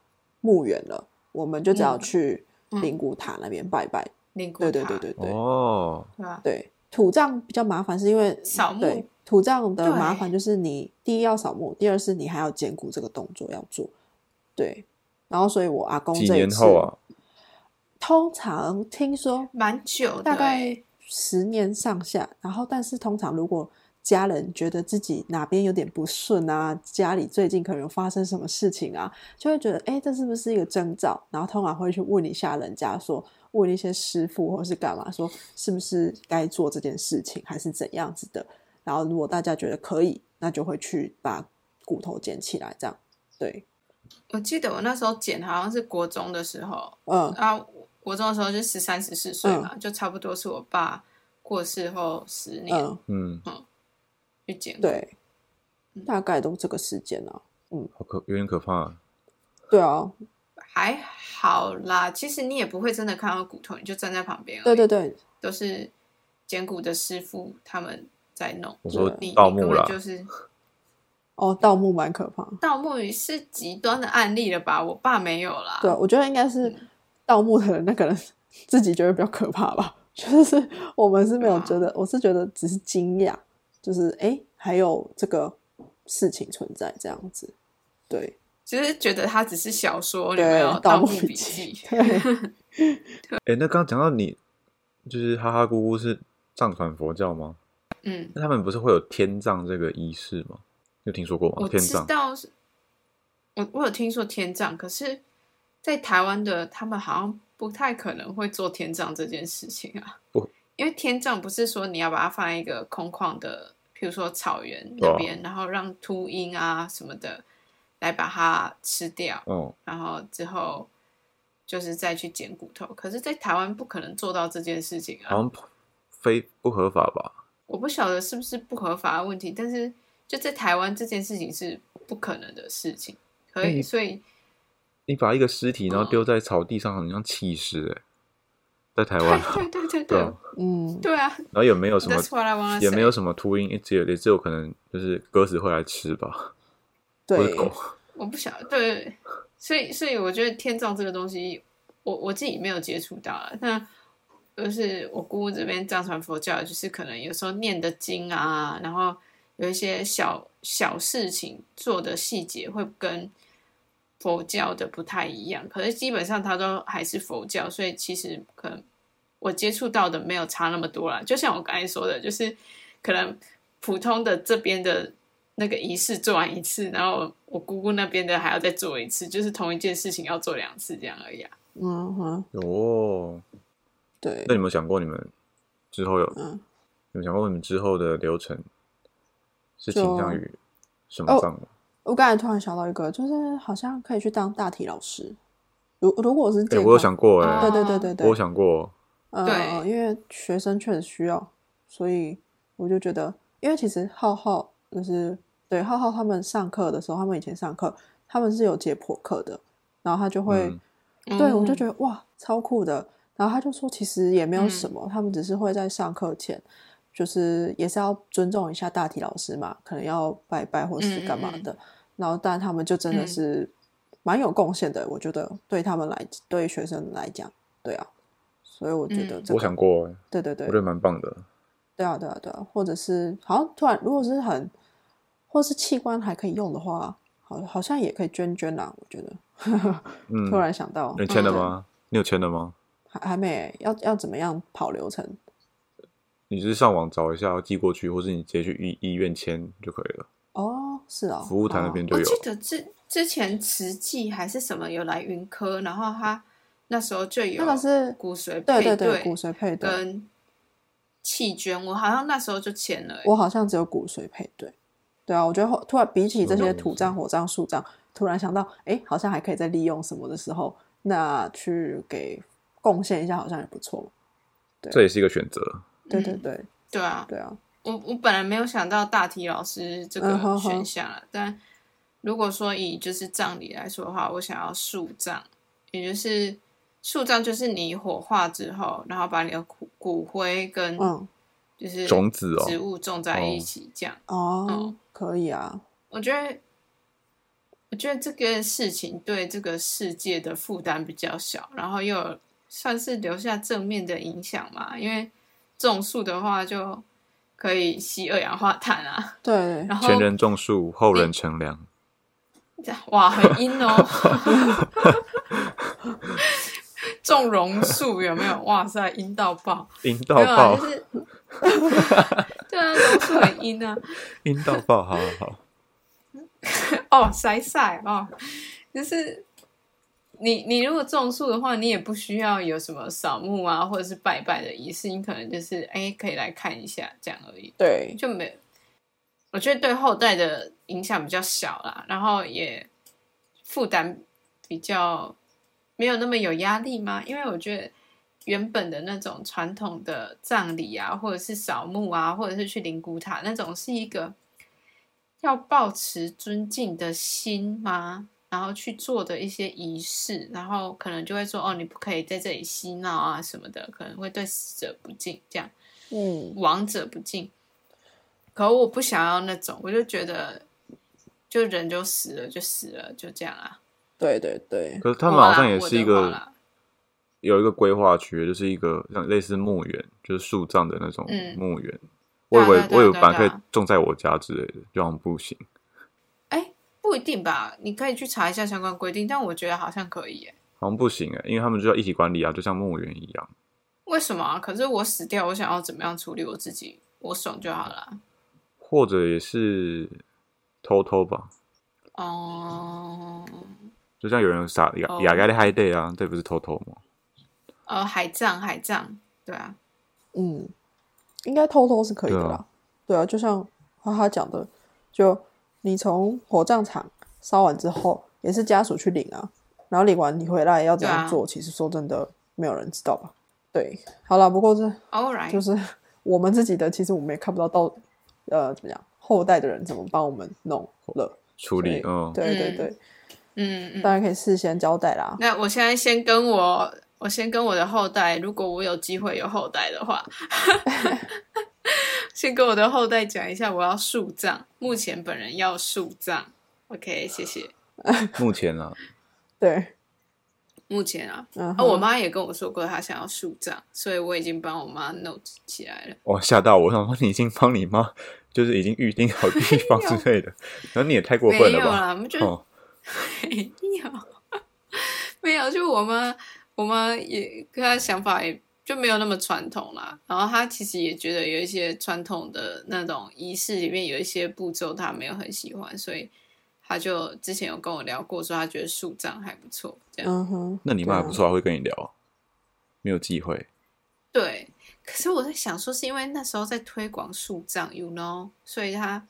B: 墓园了，我们就只要
C: 嗯
B: 去
C: 嗯
B: 灵骨塔那边拜拜。
C: 灵骨
B: 对对
C: 塔
B: 对对对、
D: 哦，
C: 对吧？
B: 对，土葬比较麻烦，是因为
C: 扫墓
B: 对土葬的麻
C: 对
B: 烦就是你第一要扫墓，第二是你还要捡骨这个动作要做，对。然后，所以我阿公
D: 几
B: 这一
D: 年
B: 次，
D: 后啊？
B: 通常听说
C: 蛮久的、欸
B: 大概十年上下。然后，但是通常如果家人觉得自己哪边有点不顺啊，家里最近可能有发生什么事情啊，就会觉得哎，诶这是不是一个征兆？然后通常会去问一下人家说，问一些师傅或是干嘛，说是不是该做这件事情，还是怎样子的。然后，如果大家觉得可以，那就会去把骨头捡起来，这样对，
C: 我记得我那时候剪好像是国中的时候，
B: 嗯
C: 啊，国中的时候就十三十四岁嘛，就差不多是我爸过世后十年、
B: 嗯，
D: 嗯，
C: 去剪。，
B: 对，大概都这个时间啊。
D: 好可有点可怕、啊。
B: 对啊，
C: 还好啦。其实你也不会真的看到骨头，你就站在旁边而已。
B: 对对对，
C: 都是捡骨的师傅他们在弄。
D: 我说
C: 你
D: 盗
C: 你根
D: 墓
C: 本
D: 啦，
C: 就是
B: 哦，盗墓蛮可怕。
C: 盗墓是极端的案例了吧？我爸没有啦。
B: 对，我觉得应该是
C: 嗯
B: 盗墓的人那个人自己觉得比较可怕吧。 就是我们是没有觉
C: 啊
B: 得，我是觉得只是惊讶，就是诶，还有这个事情存在这样子。对
C: 只是觉得它只是小说，有没
B: 对
C: 有，《
B: 盗
C: 墓
B: 笔
C: 记》
B: 记， 对，
D: 哎、那刚刚讲到你，就是哈哈姑姑是藏传佛教吗？
C: 嗯，
D: 那他们不是会有天葬这个仪式吗？有听说过吗？
C: 我
D: 哦天
C: 知
D: 葬
C: 道是，我我有听说天葬，可是，在台湾的他们好像不太可能会做天葬这件事情啊
D: 不。
C: 因为天葬不是说你要把它放在一个空旷的，譬如说草原
D: 对
C: 那
D: 啊
C: 边，然后让秃鹰啊什么的来把它吃掉，
D: 哦，
C: 然后之后就是再去捡骨头。可是，在台湾不可能做到这件事情啊。
D: 好像非不合法吧？
C: 我不晓得是不是不合法的问题，但是就在台湾这件事情是不可能的事情，可
D: 那
C: 以，
D: 你
C: 所以
D: 你把一个尸体然后
C: 嗯
D: 丢在草地上，很像弃尸哎，在台 湾，
C: 对对对对
D: 对
C: 对
D: 啊，
B: 嗯，
C: 对啊
D: 然后也没有什么
C: ，That's what I want
D: 也没有，什么秃鹰，也只有也只有可能就是鸽子会来吃吧，或
B: 对
D: 者，狗。
C: 我不晓得，对，所以所以我觉得天葬这个东西，我我自己没有接触到啊，那。就是我姑姑这边藏传佛教，就是可能有时候念的经啊，然后有一些小小事情做的细节会跟佛教的不太一样，可是基本上它都还是佛教，所以其实可能我接触到的没有差那么多啦。就像我刚才说的，就是可能普通的这边的那个仪式做完一次，然后我我姑姑那边的还要再做一次，就是同一件事情要做两次这样而已啊。
B: 嗯哼，
D: 哦，
B: 对
D: 那，你有没有想过你们之后有
B: 嗯
D: 有没有想过你们之后的流程是倾向于什
B: 哦
D: 么葬吗？
B: 我刚才突然想到一个，就是好像可以去当大体老师。如如果是
D: 哎、
B: 健
D: 我有
B: 康
D: 想过哎、
B: 对对对对
D: 我
B: 对，
D: 有想过，
B: 嗯，
C: 对
B: 嗯因为学生确实需要，所以我就觉得，因为其实浩浩就是对浩浩他们上课的时候，他们以前上课他们是有解剖课的，然后他就会，对我就觉
C: 得
B: 得哇，超酷的。然后他就说，其实也没有
C: 嗯
B: 什么，他们只是会在上课前，就是也是要尊重一下大体老师嘛，可能要拜拜或是干嘛的。然后，但他们就真的
C: 嗯
B: 是蛮有贡献的，我觉得对他们来，对学生来讲，对啊。所以我觉得
C: 嗯
B: 这
D: 我
B: 个，
D: 想过哎、
B: 对对
D: 我
B: 对
D: 觉，得蛮棒的。
B: 对啊对啊对啊，或者是好像突然如果是很，或是器官还可以用的话，好好像也可以捐捐啦，我觉得。
D: 嗯，
B: 突然想到，
D: 你签了
B: 嗯
D: 吗？你有签了吗？
B: 还还没要要怎么样跑流程？
D: 你是上网找一下寄过去，或是你直接去医医院签就可以了。
B: 哦，是哦，
D: 服务台那边
B: 哦
D: 就
C: 我
D: 有
C: 记得之之前慈济还是什么有来云科，然后他那时候就有
B: 那个是
C: 骨髓
B: 对
C: 配
B: 对
C: 对
B: 对，骨髓配对，
C: 跟弃捐，我好像那时候就签了欸、
B: 我好像只有骨髓配对。对啊，我觉得后突然比起这
D: 什么
B: 些
D: 东西
B: 土葬、火葬、树葬，突然想到，哎，好像还可以再利用什么的时候，那去给贡献一下，好像也不错。
D: 这也是一个选择。
B: 对对
C: 嗯
B: 对，
C: 对啊，
B: 对啊，
C: 我我本来没有想到大体老师这
B: 嗯哼哼
C: 个选项了，但如果说以就是葬礼来说的话，我想要树葬，也就是树葬就是你火化之后，然后把你的骨骨灰跟
B: 嗯，
C: 就是
D: 种子哦
C: 植 物种在一起这样。
B: 哦
C: 嗯，
B: 可以啊，
C: 我觉得，我觉得这个事情对这个世界的负担比较小，然后又有算是留下正面的影响嘛，因为种树的话就可以吸二氧化碳啊。
B: 对，
C: 然后
D: 前人种树，后人乘凉。
C: 哇，很阴哦，种榕树有没有？哇塞，阴到爆！
D: 阴
C: 没
D: 到
C: 有啊，
D: 爆
C: 就，是 对啊，榕树很阴啊。
D: 阴到爆，好好好。
C: 哦，晒晒哦，就是你你如果种树的话，你也不需要有什么扫墓啊，或者是拜拜的仪式，你可能就是哎可以来看一下这样而已。
B: 对，
C: 就没，我觉得对后代的影响比较小啦，然后也负担比较没有那么有压力嘛，因为我觉得原本的那种传统的葬礼啊，或者是扫墓啊，或者是去灵骨塔那种，是一个要保持尊敬的心吗？然后去做的一些仪式，然后可能就会说哦，你不可以在这里嬉闹啊什么的，可能会对死者不敬这样。
B: 嗯，
C: 王者不敬。可我不想要那种，我就觉得，就人就死了就死了，就这样啊。
B: 对对对，
D: 可是他们
C: 我啦
D: 好像也是一
C: 我的话
D: 个
C: 啦
D: 有一个规划区，就是一个像类似墓园，就是树葬的那种
C: 嗯
D: 墓园。
C: 对
D: 我
C: 啊
D: 以为
C: 对啊对啊
D: 我以为
C: 对啊
D: 本来可以
C: 对啊
D: 种在我家之类的，就好像不行。
C: 哎，不一定吧？你可以去查一下相关规定，但我觉得好像可以耶。
D: 好像不行哎，因为他们就要一起管理啊，就像墓园一样。
C: 为什么啊？可是我死掉，我想要怎么样处理我自己，我爽就好了。
D: 或者也是偷偷吧，
C: 哦、
D: 就像有人撒雅
C: 哦
D: 雅盖的 high day 啊，这不是偷偷吗？
C: 呃，海葬，海葬，对啊，
B: 嗯，应该偷偷是可以的
D: 对
B: 啦
D: 啊。
B: 对啊，就像花花讲的，就你从火葬场烧完之后，也是家属去领啊，然后领完你回来要怎
C: 对
B: 样
C: 啊
B: 做，其实说真的，没有人知道吧？对，好啦，不过这
C: All right，
B: 就是 我们自己的，其实我们也看不到到呃怎么讲，后代的人怎么帮我们弄了。
D: 处理，
B: 所以
D: 嗯，
B: 对对
C: 嗯
B: 对，
C: 嗯嗯。
B: 当然可以事先交代啦。
C: 那我现在先跟我，我先跟我的后代，如果我有机会有后代 的话，先跟我的后代讲一下，我要树葬，目前本人要树葬。OK，谢谢。
D: 目前啊，
B: 对，
C: 目前啊，
B: 嗯
C: 啊，
B: 哼，
C: 我妈也跟我说过她想要树葬，所以我已经帮我妈 note 起来了。
D: 哇，吓到我！我想说你已经帮你妈，就是已经预定 好地方之类的，然后你也太过分
C: 没
D: 了
C: 有
D: 吧？
C: 啦，我们就
D: 哦，
C: 没 有，没有，就我妈，我妈也跟她想法也就没有那么传统啦。然后他其实也觉得有一些传统的那种仪式里面有一些步骤他没有很喜欢，所以他就之前有跟我聊过，说他觉得树葬还不错。这样、
B: 嗯哼，
D: 那你妈还
B: 对啊
D: 不错啊，会跟你聊，没有忌讳。
C: 对，可是我在想说，是因为那时候在推广树葬，you know，所以他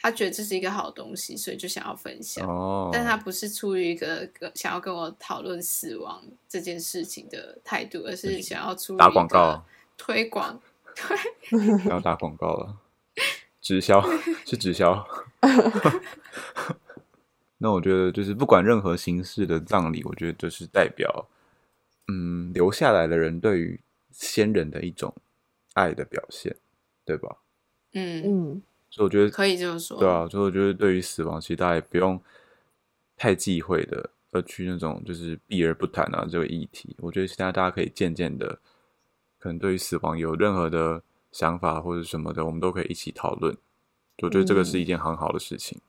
C: 他觉得这是一个好东西，所以就想要分享。啊
D: 哦，
C: 但他不是出于一个个想要跟我讨论死亡这件事情的态度，而是想要出于
D: 打广告啊，
C: 推广。
D: 不要打广告了，直销是直销。那我觉得就是不管任何形式的葬礼，我觉得就是代表，嗯，留下来的人对于先人的一种爱的表现，对吧？
C: 嗯，
B: 嗯，
D: 所以我觉得
C: 可以这么说。
D: 对啊，所以我觉得对于死亡，其实大家也不用太忌讳的，而去那种就是避而不谈啊这个议题。我觉得现在大家可以渐渐的，可能对于死亡有任何的想法或者什么的，我们都可以一起讨论。我觉得这个
C: 嗯
D: 是一件很好的事情。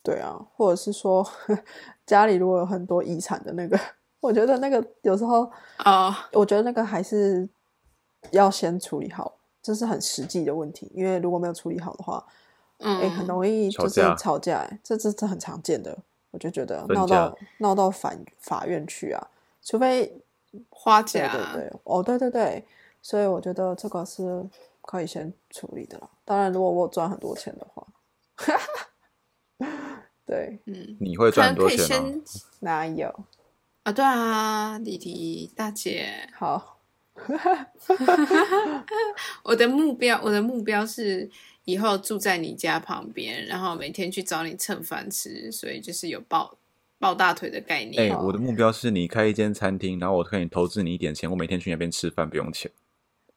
B: 对啊，或者是说 家里如果有很多遗产的那个， 我觉得那个有时候，
C: 哦，
B: 我觉得那个还是要先处理好，这是很实际的问题，因为如果没有处理好的话，哎、
C: 嗯，
B: 很容易
D: 吵
B: 就是
D: 架
B: 吵架、欸，这这这很常见的，我就觉得
D: 分
B: 闹
D: 家
B: 到闹到法法院去啊，除非
C: 花
B: 对
C: 甲，
B: 对对，哦对对对，所以我觉得这个是可以先处理的啦。当然，如果我有赚很多钱的话， 对，
C: 嗯，
D: 你会
C: 可
D: 赚
C: 能
D: 很多
C: 可以
D: 钱啊哦吗？
C: 先
B: 哪有
C: 啊，对啊，弟弟大姐，
B: 好？
C: 我的目标，我的目标是以后住在你家旁边，然后每天去找你蹭饭吃，所以就是有抱抱大腿的概
D: 哎、
C: 念。
D: 我的目标是你开一间餐厅，然后我可以投资你一点钱，我每天去那边吃饭不用钱。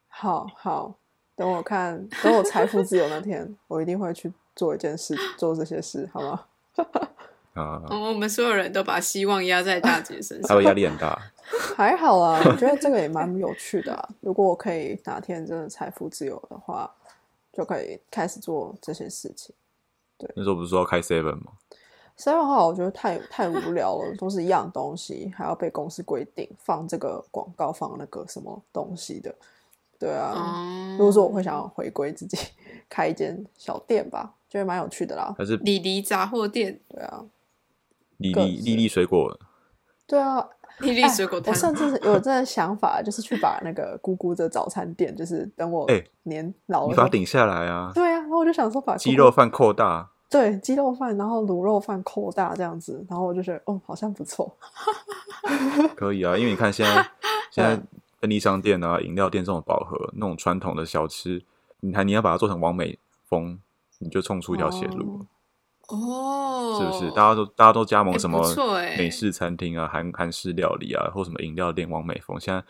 B: 好好，等我看，等我财富自由那天，我一定会去做一件事，做这些事，好吗？
D: 啊、
C: 嗯，我们所有人都把希望压在大姐身
D: 还有
C: 上。
D: 压力很大，
B: 还好啦，我觉得这个也蛮有趣的啊、如果我可以哪天真的财富自由的话，就可以开始做这些事情。
D: 那时候不是说要开 seven 吗？
B: 实在话，我觉得太太无聊了，都是一样东西，还要被公司规定放这个广告，放那个什么东西的。对啊，
C: 哦，
B: 如果说我会想要回归自己， 开一间小店吧，觉得蛮有趣的啦。
D: 还是
C: 李黎杂货店，
B: 对啊，
D: 粒
B: 各
D: 粒
B: 自
D: 粒粒水果
B: 对啊，
C: 丽丽
B: 哎
C: 水果
B: 我
C: 摊，
B: 甚至是有这个想法，就是去把那个姑姑的早餐店，就是等我
D: 哎
B: 年老
D: 你
B: 了、
D: 把它顶下来啊！
B: 对啊，然后我就想说把
D: 鸡
B: 姑
D: 肉
B: 姑
D: 饭扩大，
B: 对鸡肉饭，然后卤肉饭扩大这样子，然后我就觉得哦，好像不错。
D: 可以啊，因为你看现在现在便利商店啊、饮料店这种饱和、那种传统的小吃，你还你要把它做成完美风，你就冲出一条血路了，
C: 哦，
D: 是不是？大家都大家都加盟
C: 哎
D: 什么
C: 不错哎
D: 美式餐厅啊、韩韩式料理啊，或什么饮料店完美风，现在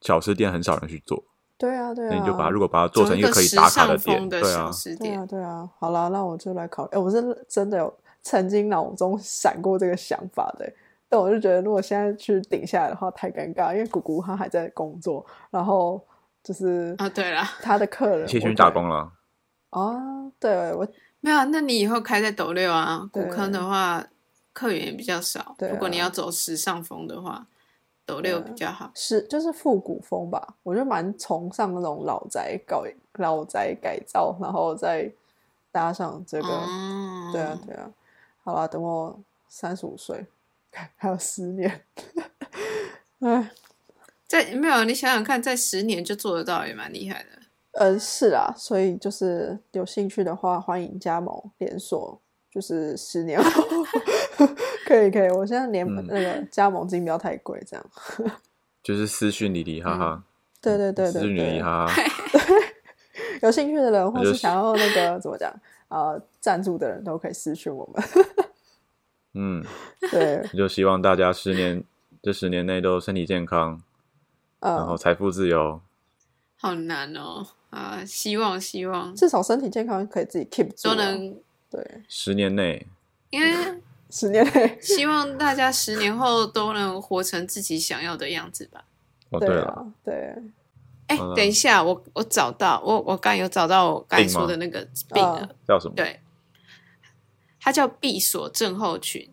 D: 小吃店很少人去做，
B: 对啊，对啊，
D: 那你就把它如果把它做成一个可以打卡
C: 的
D: 店，对啊
C: 小，吃
B: 对
C: 店
B: 啊，，对啊，好啦，那我就来考虑。哎，我是真的有曾经脑中闪过这个想法的，欸但我就觉得如果现在去顶下来的话太尴尬，因为姑姑她还在工作，然后就是
C: 啊对啦
B: 她的客人
D: 谢谢
B: 我
D: 去
B: 觉
D: 打
B: 得
D: 工了，
B: 啊，对我
C: 没有啊，那你以后开在斗六啊，
B: 对
C: 古坑的话客源也比较少。
B: 对啊啊
C: 如果你要走时尚风的话，斗六比较好。
B: 是就是复古风吧，我就蛮崇尚那种老宅搞老宅改造，然后再搭上这个，
C: 哦，
B: 对啊，对啊，好啦，等我三十五岁，还有十年，哎。
C: 在没有你想想看，在十年就做得到，也蛮厉害的。
B: 嗯，是啊，所以就是有兴趣的话，欢迎加盟连锁，就是十年后可以可以。我现在连
D: 嗯
B: 那个加盟金不要太贵，这样。
D: 就是私讯李李哈哈，
B: 对对对
D: 私
B: 对
D: 讯李李
B: 对，
D: 哈哈，
B: 有兴趣的人或
D: 就是是
B: 想要那个怎么讲呃赞助的人都可以私讯我们。
D: 嗯，
B: 对，
D: 就希望大家十年这十年内都身体健康，然后
B: 嗯，
D: 财富自由。
C: 好难哦啊！希望希望
B: 至少身体健康可以自己 keep 住
C: 都
B: 啊。
C: 能，
B: 对，
D: 十年内，
C: 因为
B: 十年内。
C: 希望大家十年后都能活成自己想要的样子吧。
D: 哦，
B: 对
D: 了，
B: 啊，对，
C: 哎、
D: 嗯
C: 等一下，我我找到我我刚有找到我刚才
D: 病吗
C: 说的那个病了，啊
B: 嗯
D: 叫什么？
C: 对，它叫闭锁症候群。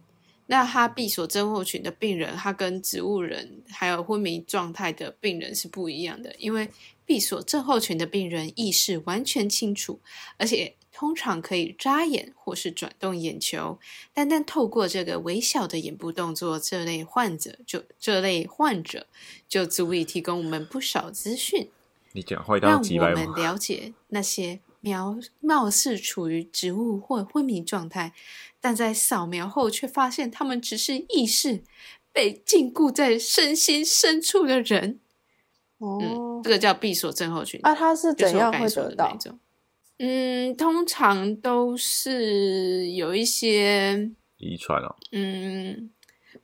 C: 那他闭锁症候群的病人，他跟植物人还有昏迷状态的病人是不一样的，因为闭锁症候群的病人意识完全清楚，而且通常可以眨眼或是转动眼球。单单透过这个微小的眼部动作，这类患者就这类患者就足以提供我们不少资讯。
D: 你讲话一定要
C: 让
D: 几
C: 我
D: 百
C: 们
D: 吗？
C: 了解那些描貌似处于植物或昏迷状态，但在扫描后却发现他们只是意识被禁锢在身心深处的人。嗯，
B: 哦
C: 这，个叫闭锁症候群，
B: 啊，他是
C: 就
B: 怎
C: 是我
B: 样
C: 刚
B: 会
C: 才说
B: 得
C: 的那
B: 到
C: 一？种。嗯，通常都是有一些
D: 遗传哦，
C: 嗯，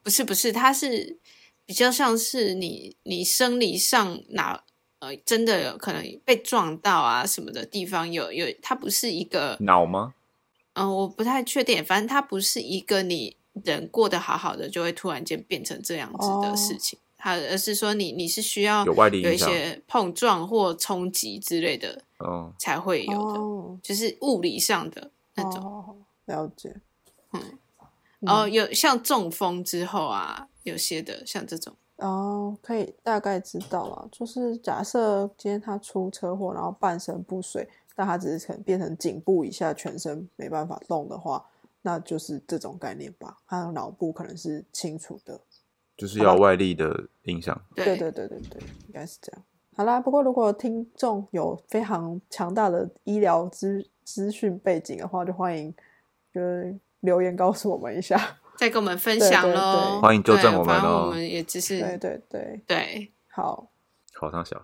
C: 不是不是，它是比较像是你你生理上哪呃真的有可能被撞到啊什么的地方有有，它不是一个
D: 脑吗？
C: 嗯、呃我不太确定，反正它不是一个你人过得好好的就会突然间变成这样子的事
B: 哦
C: 情，它而是说你你是需要
D: 有外力
C: 有一
D: 影响
C: 些碰撞或冲击之类的
D: 哦，
C: 才会有的，
B: 哦
C: 就是物理上的那种。
B: 哦，了解。嗯
C: 哦，有像中风之后啊，有些的像这种。
B: 哦，可以大概知道了。就是假设今天他出车祸，然后半身不遂，但他只是可能变成颈部以下全身没办法动的话，那就是这种概念吧。他的脑部可能是清楚的。
D: 就是要外力的影响。
C: 对
B: 对对对对对，应该是这样。好啦，不过如果听众有非常强大的医疗资资讯背景的话，就欢迎就是留言告诉我们一下。
C: 再跟我们分
B: 对
C: 享
B: 对
C: 喽
B: 对。
D: 欢迎纠正
C: 对
D: 我们
C: 反正
D: 哦
C: 我们也只是
B: 对对对，
C: 对
B: 好，
D: 好上小，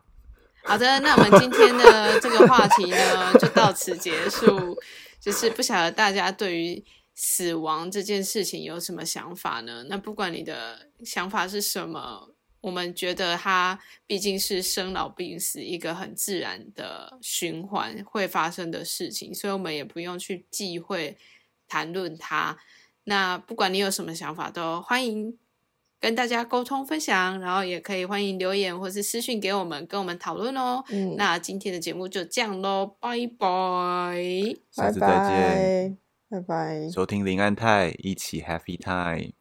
C: 好的，那我们今天的这个话题呢， 就到此结束。就是不晓得大家对于死亡这件事情有什么想法呢？那不管你的想法是什么，我们觉得它毕竟是生老病死一个很自然的循环会发生的事情，所以我们也不用去忌讳谈论它。那不管你有什么想法，都欢迎跟大家沟通分享，然后也可以欢迎留言或是私讯给我们，跟我们讨论哦。
B: 嗯，
C: 那今天的节目就这样喽，拜拜。
D: 下
B: 拜
D: 次再见，
B: 拜，拜拜。
D: 收听林安泰，一起 Happy Time。